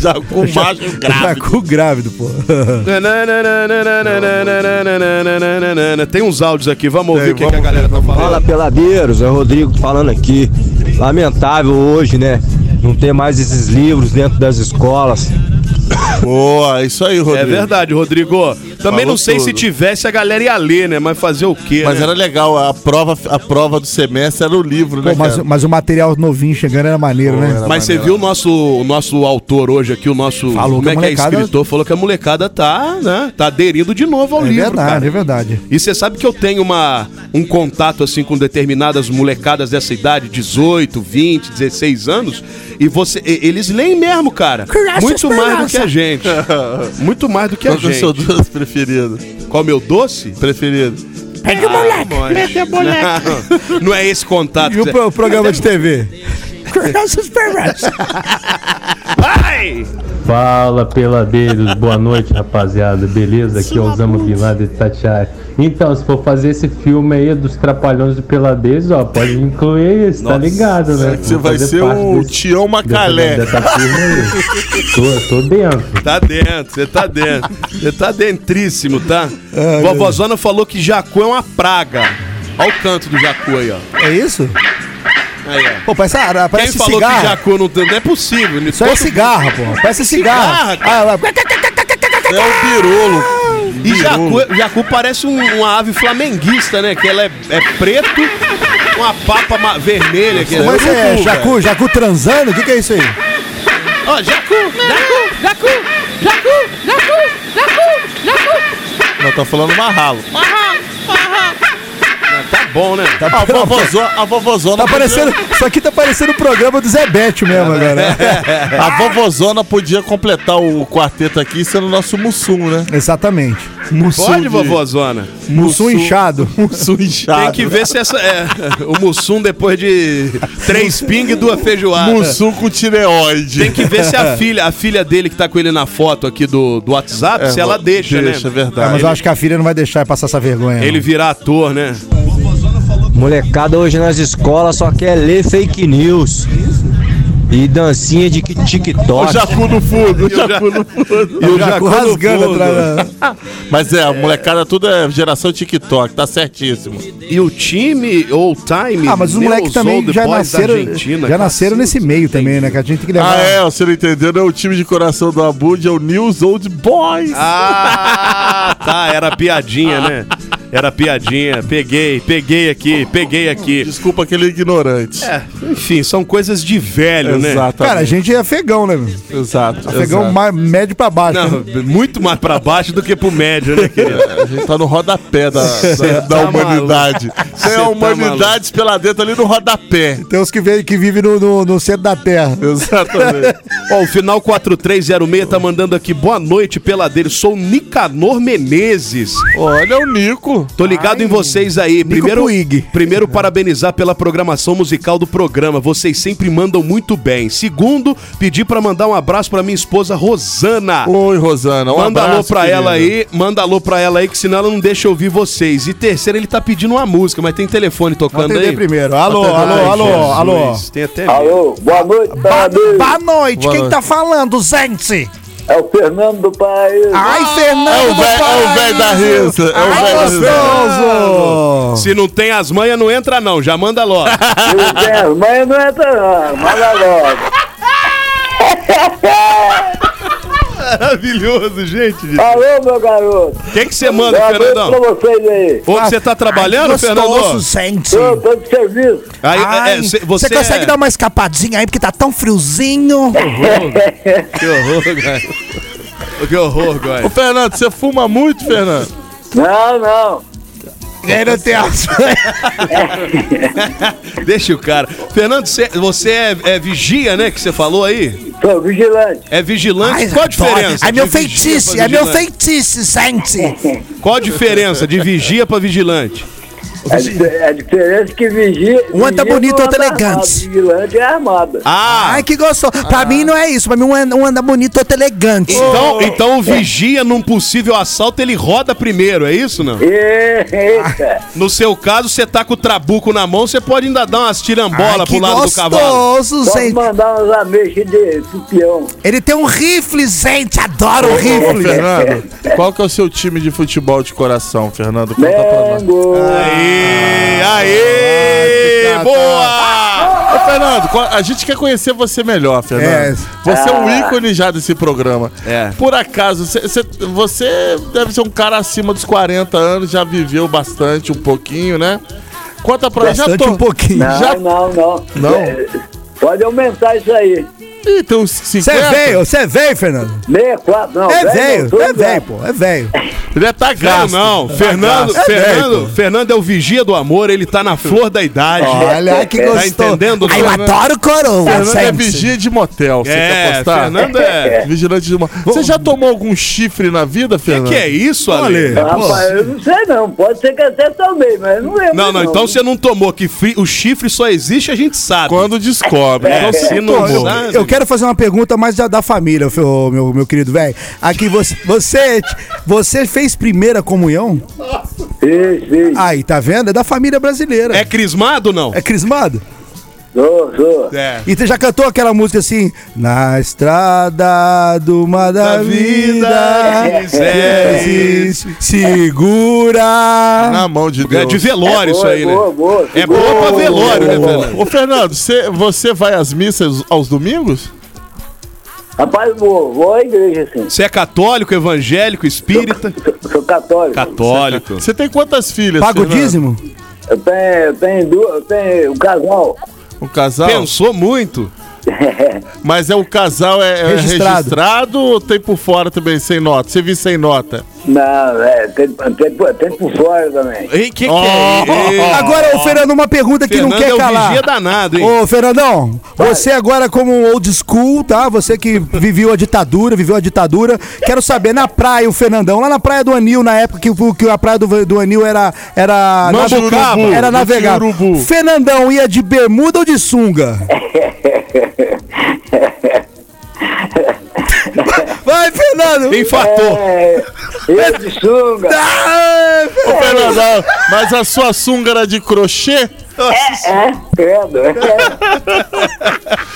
Jacu macho grave.
[LAUGHS] Jacu grávido, pô.
Tem uns áudios aqui, vamos ouvir o que, que a galera tá falando.
Fala peladeiros, é o Rodrigo falando aqui. Lamentável hoje, né? Não ter mais esses livros dentro das escolas.
Boa, é isso aí,
É verdade, Rodrigo. Também
Falou
não sei se
tudo.
tivesse a galera ia ler, né? Mas fazer o quê?
Mas
né?
era legal, a prova, a prova do semestre era o livro,
é
né,
Pô, mas,
cara?
mas o material novinho chegando era maneiro, né?
Mas você viu o nosso, o nosso autor hoje aqui, o nosso. como
Falou que
é
a
que é
molecada-
escritor? Falou que a molecada tá, né? Tá aderindo de novo ao
É
livro.
verdade,
cara.
é verdade.
E você sabe que eu tenho uma, um contato assim com determinadas molecadas dessa idade, 18, 20, 16 anos, e você e- eles leem mesmo, cara. Muito mais do que a
[LAUGHS]
gente. Muito mais do que a
Qual que é o
gente.
seu doce preferido?
Qual é o meu doce?
Preferido.
Pede o moleque. Pede o moleque. Não, não é esse contato.
E o
Zé.
pro- programa de TV? Crianças perversas.
Vai!
Fala peladeiros, boa noite rapaziada, beleza? Aqui é o Osama Bin Laden de Tatiaia. Então, se for fazer esse filme aí dos Trapalhões de Peladeiros, ó, pode incluir esse, tá
Nossa,
ligado, né?
você
Vou
vai
fazer
ser
parte
o Tião Macalé.
Dessa, dessa turma aí. tô, tô dentro.
Tá dentro, você tá dentro. Você tá dentríssimo, tá? Vovozona falou que jacu é uma praga. Olha o canto do jacu aí, ó.
É isso?
Aí, ó.
Pô, parece, ah,
Quem
parece
falou
cigarro.
que jacu não tem. Não é possível. Ele
Isso aí é cigarro, pô. Parece cigarro. Ah, lá-
É o Birolo.
E jacu, jacu parece um- uma ave flamenguista, né? Que ela é, é preto, com uma papa ma- vermelha. Que
Mas é
urubu,
jacu, jacu transando? O que, que é isso aí?
velho. Ó, jacu, jacu, jacu, jacu, jacu, jacu, jacu.
Não, tá falando marralo.
Tá bom, né?
Tá,
A vovozo- a vovozona.
tá parecendo, isso aqui tá parecendo o programa do Zé Bétio mesmo
É, né? [LAUGHS]
agora. né?
A vovozona podia completar o quarteto aqui sendo nosso Mussum, né?
Exatamente.
Mussum
Pode,
de-
vovozona.
Mussum inchado.
Mussum
Tem
Tá.
inchado.
que ver se essa é [LAUGHS] o Mussum depois de três ping e duas feijoadas.
Mussum com tireoide.
Tem que ver se
[LAUGHS]
a filha, a filha dele que tá com ele na foto aqui do, do WhatsApp,
É,
se ela deixa, né?
deixa, é verdade.
Ah, mas eu acho que a filha não vai deixar passar essa vergonha. não.
Ele virar ator, né?
Molecada hoje nas escolas só quer ler fake news. E dancinha de que-
O
TikTok.
Jacu no fundo, o
Eu
Jacu no fundo.
E o Jacu rasgando atrás. da-
[LAUGHS] Mas é, a molecada tudo é geração TikTok, tá certíssimo.
E o time ou o time.
Ah, mas os
News
moleques também
Old
já
Boys da
nasceram,
Argentina,
já
cara.
nasceram nesse meio também, né? Que a gente tem que levar.
Ah, é, você não entendeu, né? O time de coração do Abud é o News Old Boys.
Ah, tá. Era piadinha, né? Era piadinha. Peguei, peguei aqui, peguei aqui.
Desculpa aquele ignorante.
É, enfim, são coisas de velho, né?
Exatamente.
Cara, a gente é afegão, né? meu?
Exato.
Afegão
exato.
mais, médio pra baixo.
Não,
né?
muito mais pra baixo do que pro médio, né, querido?
A gente tá no rodapé da, da, da
tá
humanidade. Tem
Cê
a
tá
humanidade pela dentro ali no rodapé.
Tem uns que, vem, que vivem no, no- no centro da
[LAUGHS]
terra.
Exatamente.
Ó, o final 4306 tá mandando aqui boa noite, peladeiro. Sou Nicanor Menezes.
Olha o Nico.
Tô ligado em vocês aí. Primeiro, primeiro parabenizar pela programação musical do programa. Vocês sempre mandam muito bem. Segundo, pedir pra mandar um abraço pra minha esposa Rosana.
Oi, Rosana. Um
manda alô
abraço,
pra
querida.
ela aí, manda alô pra ela aí, que senão ela não deixa eu ouvir vocês. E terceiro, ele tá pedindo uma música, mas tem telefone
Vou
tocando
atender
aí.
primeiro. Alô,
Ai,
alô, alô,
Jesus.
alô.
Tem até
Alô, boa noite, Tadeu.
Boa noite,
Boa
quem
noite.
tá falando, gente?
É o Fernando Ah! do Paraíso.
Ai, Fernando
É o véi- é o véi da Paraíso.
risa, é o
Ai,
velho da risa.
gostoso!
Se não tem as manhas, não entra não, já manda logo.
[LAUGHS] Se não tem as manhas, não entra não. Manda logo.
Maravilhoso, gente.
Alô, meu garoto.
O que que você manda,
Um abraço
Fernandão?
pra vocês aí.
Ô, você
Ah,
tá trabalhando,
Ai,
Fernando?
gostoso,
gente.
Eu tô de serviço.
Aí, é,
Ai,
é, cê-
você
você
consegue
é-
dar uma escapadinha aí, porque tá tão friozinho.
Que horror, cara.
um
Que
[LAUGHS]
horror,
Ô,
cara.
Fernando, você fuma muito, Fernando?
[LAUGHS]
Não, não.
Ele não tem
Deixa o cara. Fernando, cê- você é, é vigia, né? Que você falou aí?
Sou vigilante.
É vigilante?
Ai,
Qual a
adoro.
diferença?
É meu
de vigia
feitiço,
pra
é meu
vigilante?
feitiço, gente.
Qual a diferença de vigia pra vigilante?
A, di- a diferença é que vigia.
Uma tá
vigia não
bonita, outra
anda
elegante.
armado, Vigilante é armada.
Ah!
Ai, que gostoso. Pra mim não é isso. Pra mim um anda, um anda bonito, outro elegante.
Então, então o vigia num possível assalto, ele roda primeiro, é isso, não?
Eita.
No seu caso, você tá com o trabuco na mão, você pode ainda dar umas tirambola pro
Ai, que
lado do
gostoso,
cavalo.
Vamos
gente.
mandar uns ameixas de supião.
Ele tem um rifle, gente. Adoro o
Ô,
rifle.
Fernando, qual que é o seu time de futebol de coração, Fernando? Conta pra nós.
Mengo.
Aê, aê, boa!
Ô, Fernando, qual- a gente quer conhecer você melhor, Fernando.
É.
Você é um ícone já desse programa.
Ah. É.
Por acaso, cê- cê- você deve ser um cara acima dos 40 anos, já viveu bastante, um pouquinho, né? Conta pra nós, já
Bastante
tô...
um pouquinho.
Não,
Já-
não, não.
Não?
É, Pode aumentar isso aí.
Ih, tem uns
Você
50.
veio, você veio, Fernando.
64, não.
É
velho,
velho,
não,
é
tô
velho, pô,
[LAUGHS]
é velho.
Ele tá
Não,
gasto.
não.
Tá
Fernando,
gasto.
Fernando, Fernando é o vigia do amor, ele tá na flor da idade.
Olha
Tá
que gostoso.
entendendo,
Ai, eu
Fernando?
adoro coroa,
Fernando é
gente.
vigia de motel, você
É,
quer apostar?
Fernando é-
[LAUGHS] Vigilante de motel. Você já tomou algum chifre na vida,
O que,
Fernando?
que é isso, Ale?
Olha.
Rapaz, eu não sei não. Pode ser que até também, mas não lembro.
Não, não, então você não tomou, que fri- o chifre só existe, a gente sabe.
Quando descobre.
É,
Então,
se não
Pô, eu,
sabe-
eu quero fazer uma pergunta mais da, da família, meu, meu, meu querido velho. Aqui, você, você, você fez primeira comunhão?
Sim, sim.
Aí, tá vendo? É da família brasileira.
É crismado ou não?
É crismado?
Sou, sou.
É.
E você já cantou aquela música assim? Na estrada do mar da
Da
vida,
vida,
se- se- segura.
Na mão de Deus.
É de velório isso
boa,
aí, né?
boa, boa.
É boa pra velório, né, Fernando?
Ô, Fernando, cê- você vai às missas aos domingos?
Rapaz, vou, vou à igreja, sim.
Você é católico, evangélico, espírita?
Sou, sou católico.
Católico.
Você tem quantas filhas?
Paga o
Fernando?
dízimo?
Eu tenho, eu tenho duas, eu tenho um casal.
O casal?
Pensou muito?
Mas é o casal é, é
Registrado.
registrado. ou tem por fora também, sem nota? Você viu sem nota?
Não, é, tem, tem, por- tem por fora também.
Ei, que que
Oh,
é?
Agora, ô Fernando, uma pergunta que não
Fernando
quer
é o
calar.
vigia danado, hein?
Ô, Fernandão, você agora como um old school, tá? Você que viveu a ditadura, viveu a ditadura. Quero saber, na praia, o Fernandão, lá na praia do Anil, na época que, o- que a praia do, do Anil era... Era,
Manda o
navegável,
urubu,
era
mete o
navegável.
urubu.
Fernandão ia de bermuda ou de
[LAUGHS]
sunga? Vai, Fernando!
Infartou.
É, eu de sunga.
Ah,
Ô,
É.
Fernando, ah, mas a sua sunga era de crochê?
É, credo.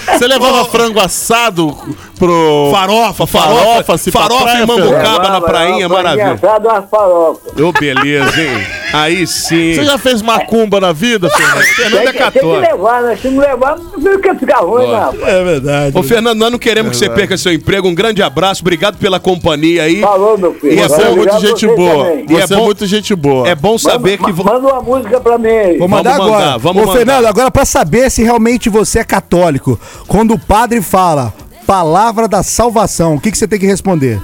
Você levava frango assado pro.
Farofa, farofa, farofa,
Farofa, se pra
farofa
praia,
e mambucaba na
Levava
prainha,
lá uma
maravilha.
Assado uma farofa.
Ô, beleza, hein? Aí sim.
Você já fez macumba na vida, Fernando?
Fernando
Tem
é
que, tem que
católico.
levar, né? Se não levar, não fica ficar ruim, não, rapaz.
É verdade.
Ô, Fernando, nós não queremos que você perca seu emprego. Um grande abraço, obrigado pela companhia aí.
Falou, meu filho.
E é
Você é
Obrigado
muito
a
gente
você
boa.
também.
E é
Você é
bom-
muito gente boa.
É bom saber
Manda-
que. vo-
Manda uma música pra mim aí.
Vou mandar
Vamos
agora.
mandar, vamos
Ô,
mandar.
Fernando, agora pra saber se realmente você é católico, quando o padre fala palavra da salvação, o que, que você tem que responder?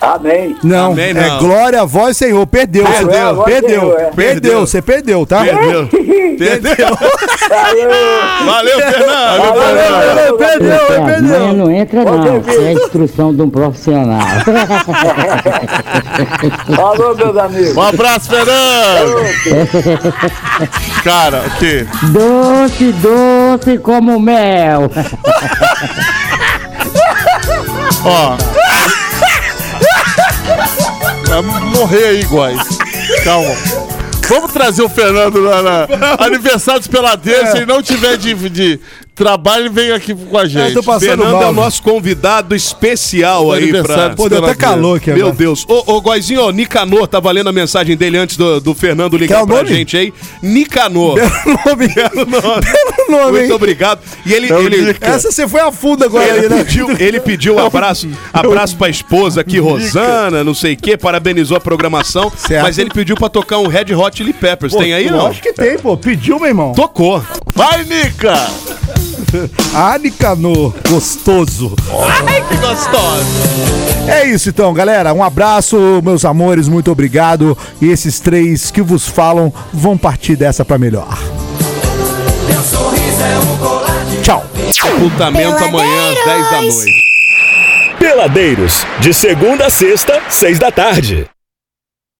Amém.
Não,
Amém,
é
não.
glória a vós, Senhor. Perdeu,
Perdeu,
Senhor.
a vós,
perdeu,
Senhor, é.
perdeu, você perdeu, tá?
Perdeu. Perdeu. Valeu, Fernando.
Valeu, valeu, É, perdeu, perdeu.
não entra
não, isso é
instrução de um profissional.
Falou, meus amigos.
Um abraço, Fernando! Cara, o quê?
Doce, doce como mel.
Ó. Vai morrer aí, Góis. Calma. Vamos trazer o Fernando lá na aniversário dos peladeiros. Se ele não tiver de, de, Trabalha e vem aqui com a gente.
É. Eu tô passando Fernando é o nosso convidado especial
Foi
aí pra...
aniversário do Pô, deu até Peladeiro. calor aqui
Meu
agora.
Deus. Ô, ô Goizinho, ó, Nicanor, tá valendo a mensagem dele antes do, do Fernando
Quer
ligar
o
pra
nome?
gente aí. Nicanor.
Belo nome. [LAUGHS]
Belo nome.
nome,
[LAUGHS] Muito
hein?
obrigado. E ele...
É o
ele
Nica. Essa você foi a fundo agora
Ele
aí, né?
pediu, ele pediu
É
um abraço, abraço pra esposa aqui, Rosana, não sei o quê, parabenizou a programação, mas ele pediu pra tocar um Red Hot Chili Peppers. tem aí, não?
Acho que tem, pô. Pediu, meu irmão.
Tocou.
Vai, Nica!
Ah, Nicanor, gostoso.
Ai, que gostosa.
É isso então, galera. Um abraço, meus amores, muito obrigado. E esses três que vos falam vão partir dessa pra melhor.
Meu sorriso é um colar
Tchau.
Putamento amanhã às 10 da noite.
Peladeiros, de segunda a sexta, seis da tarde.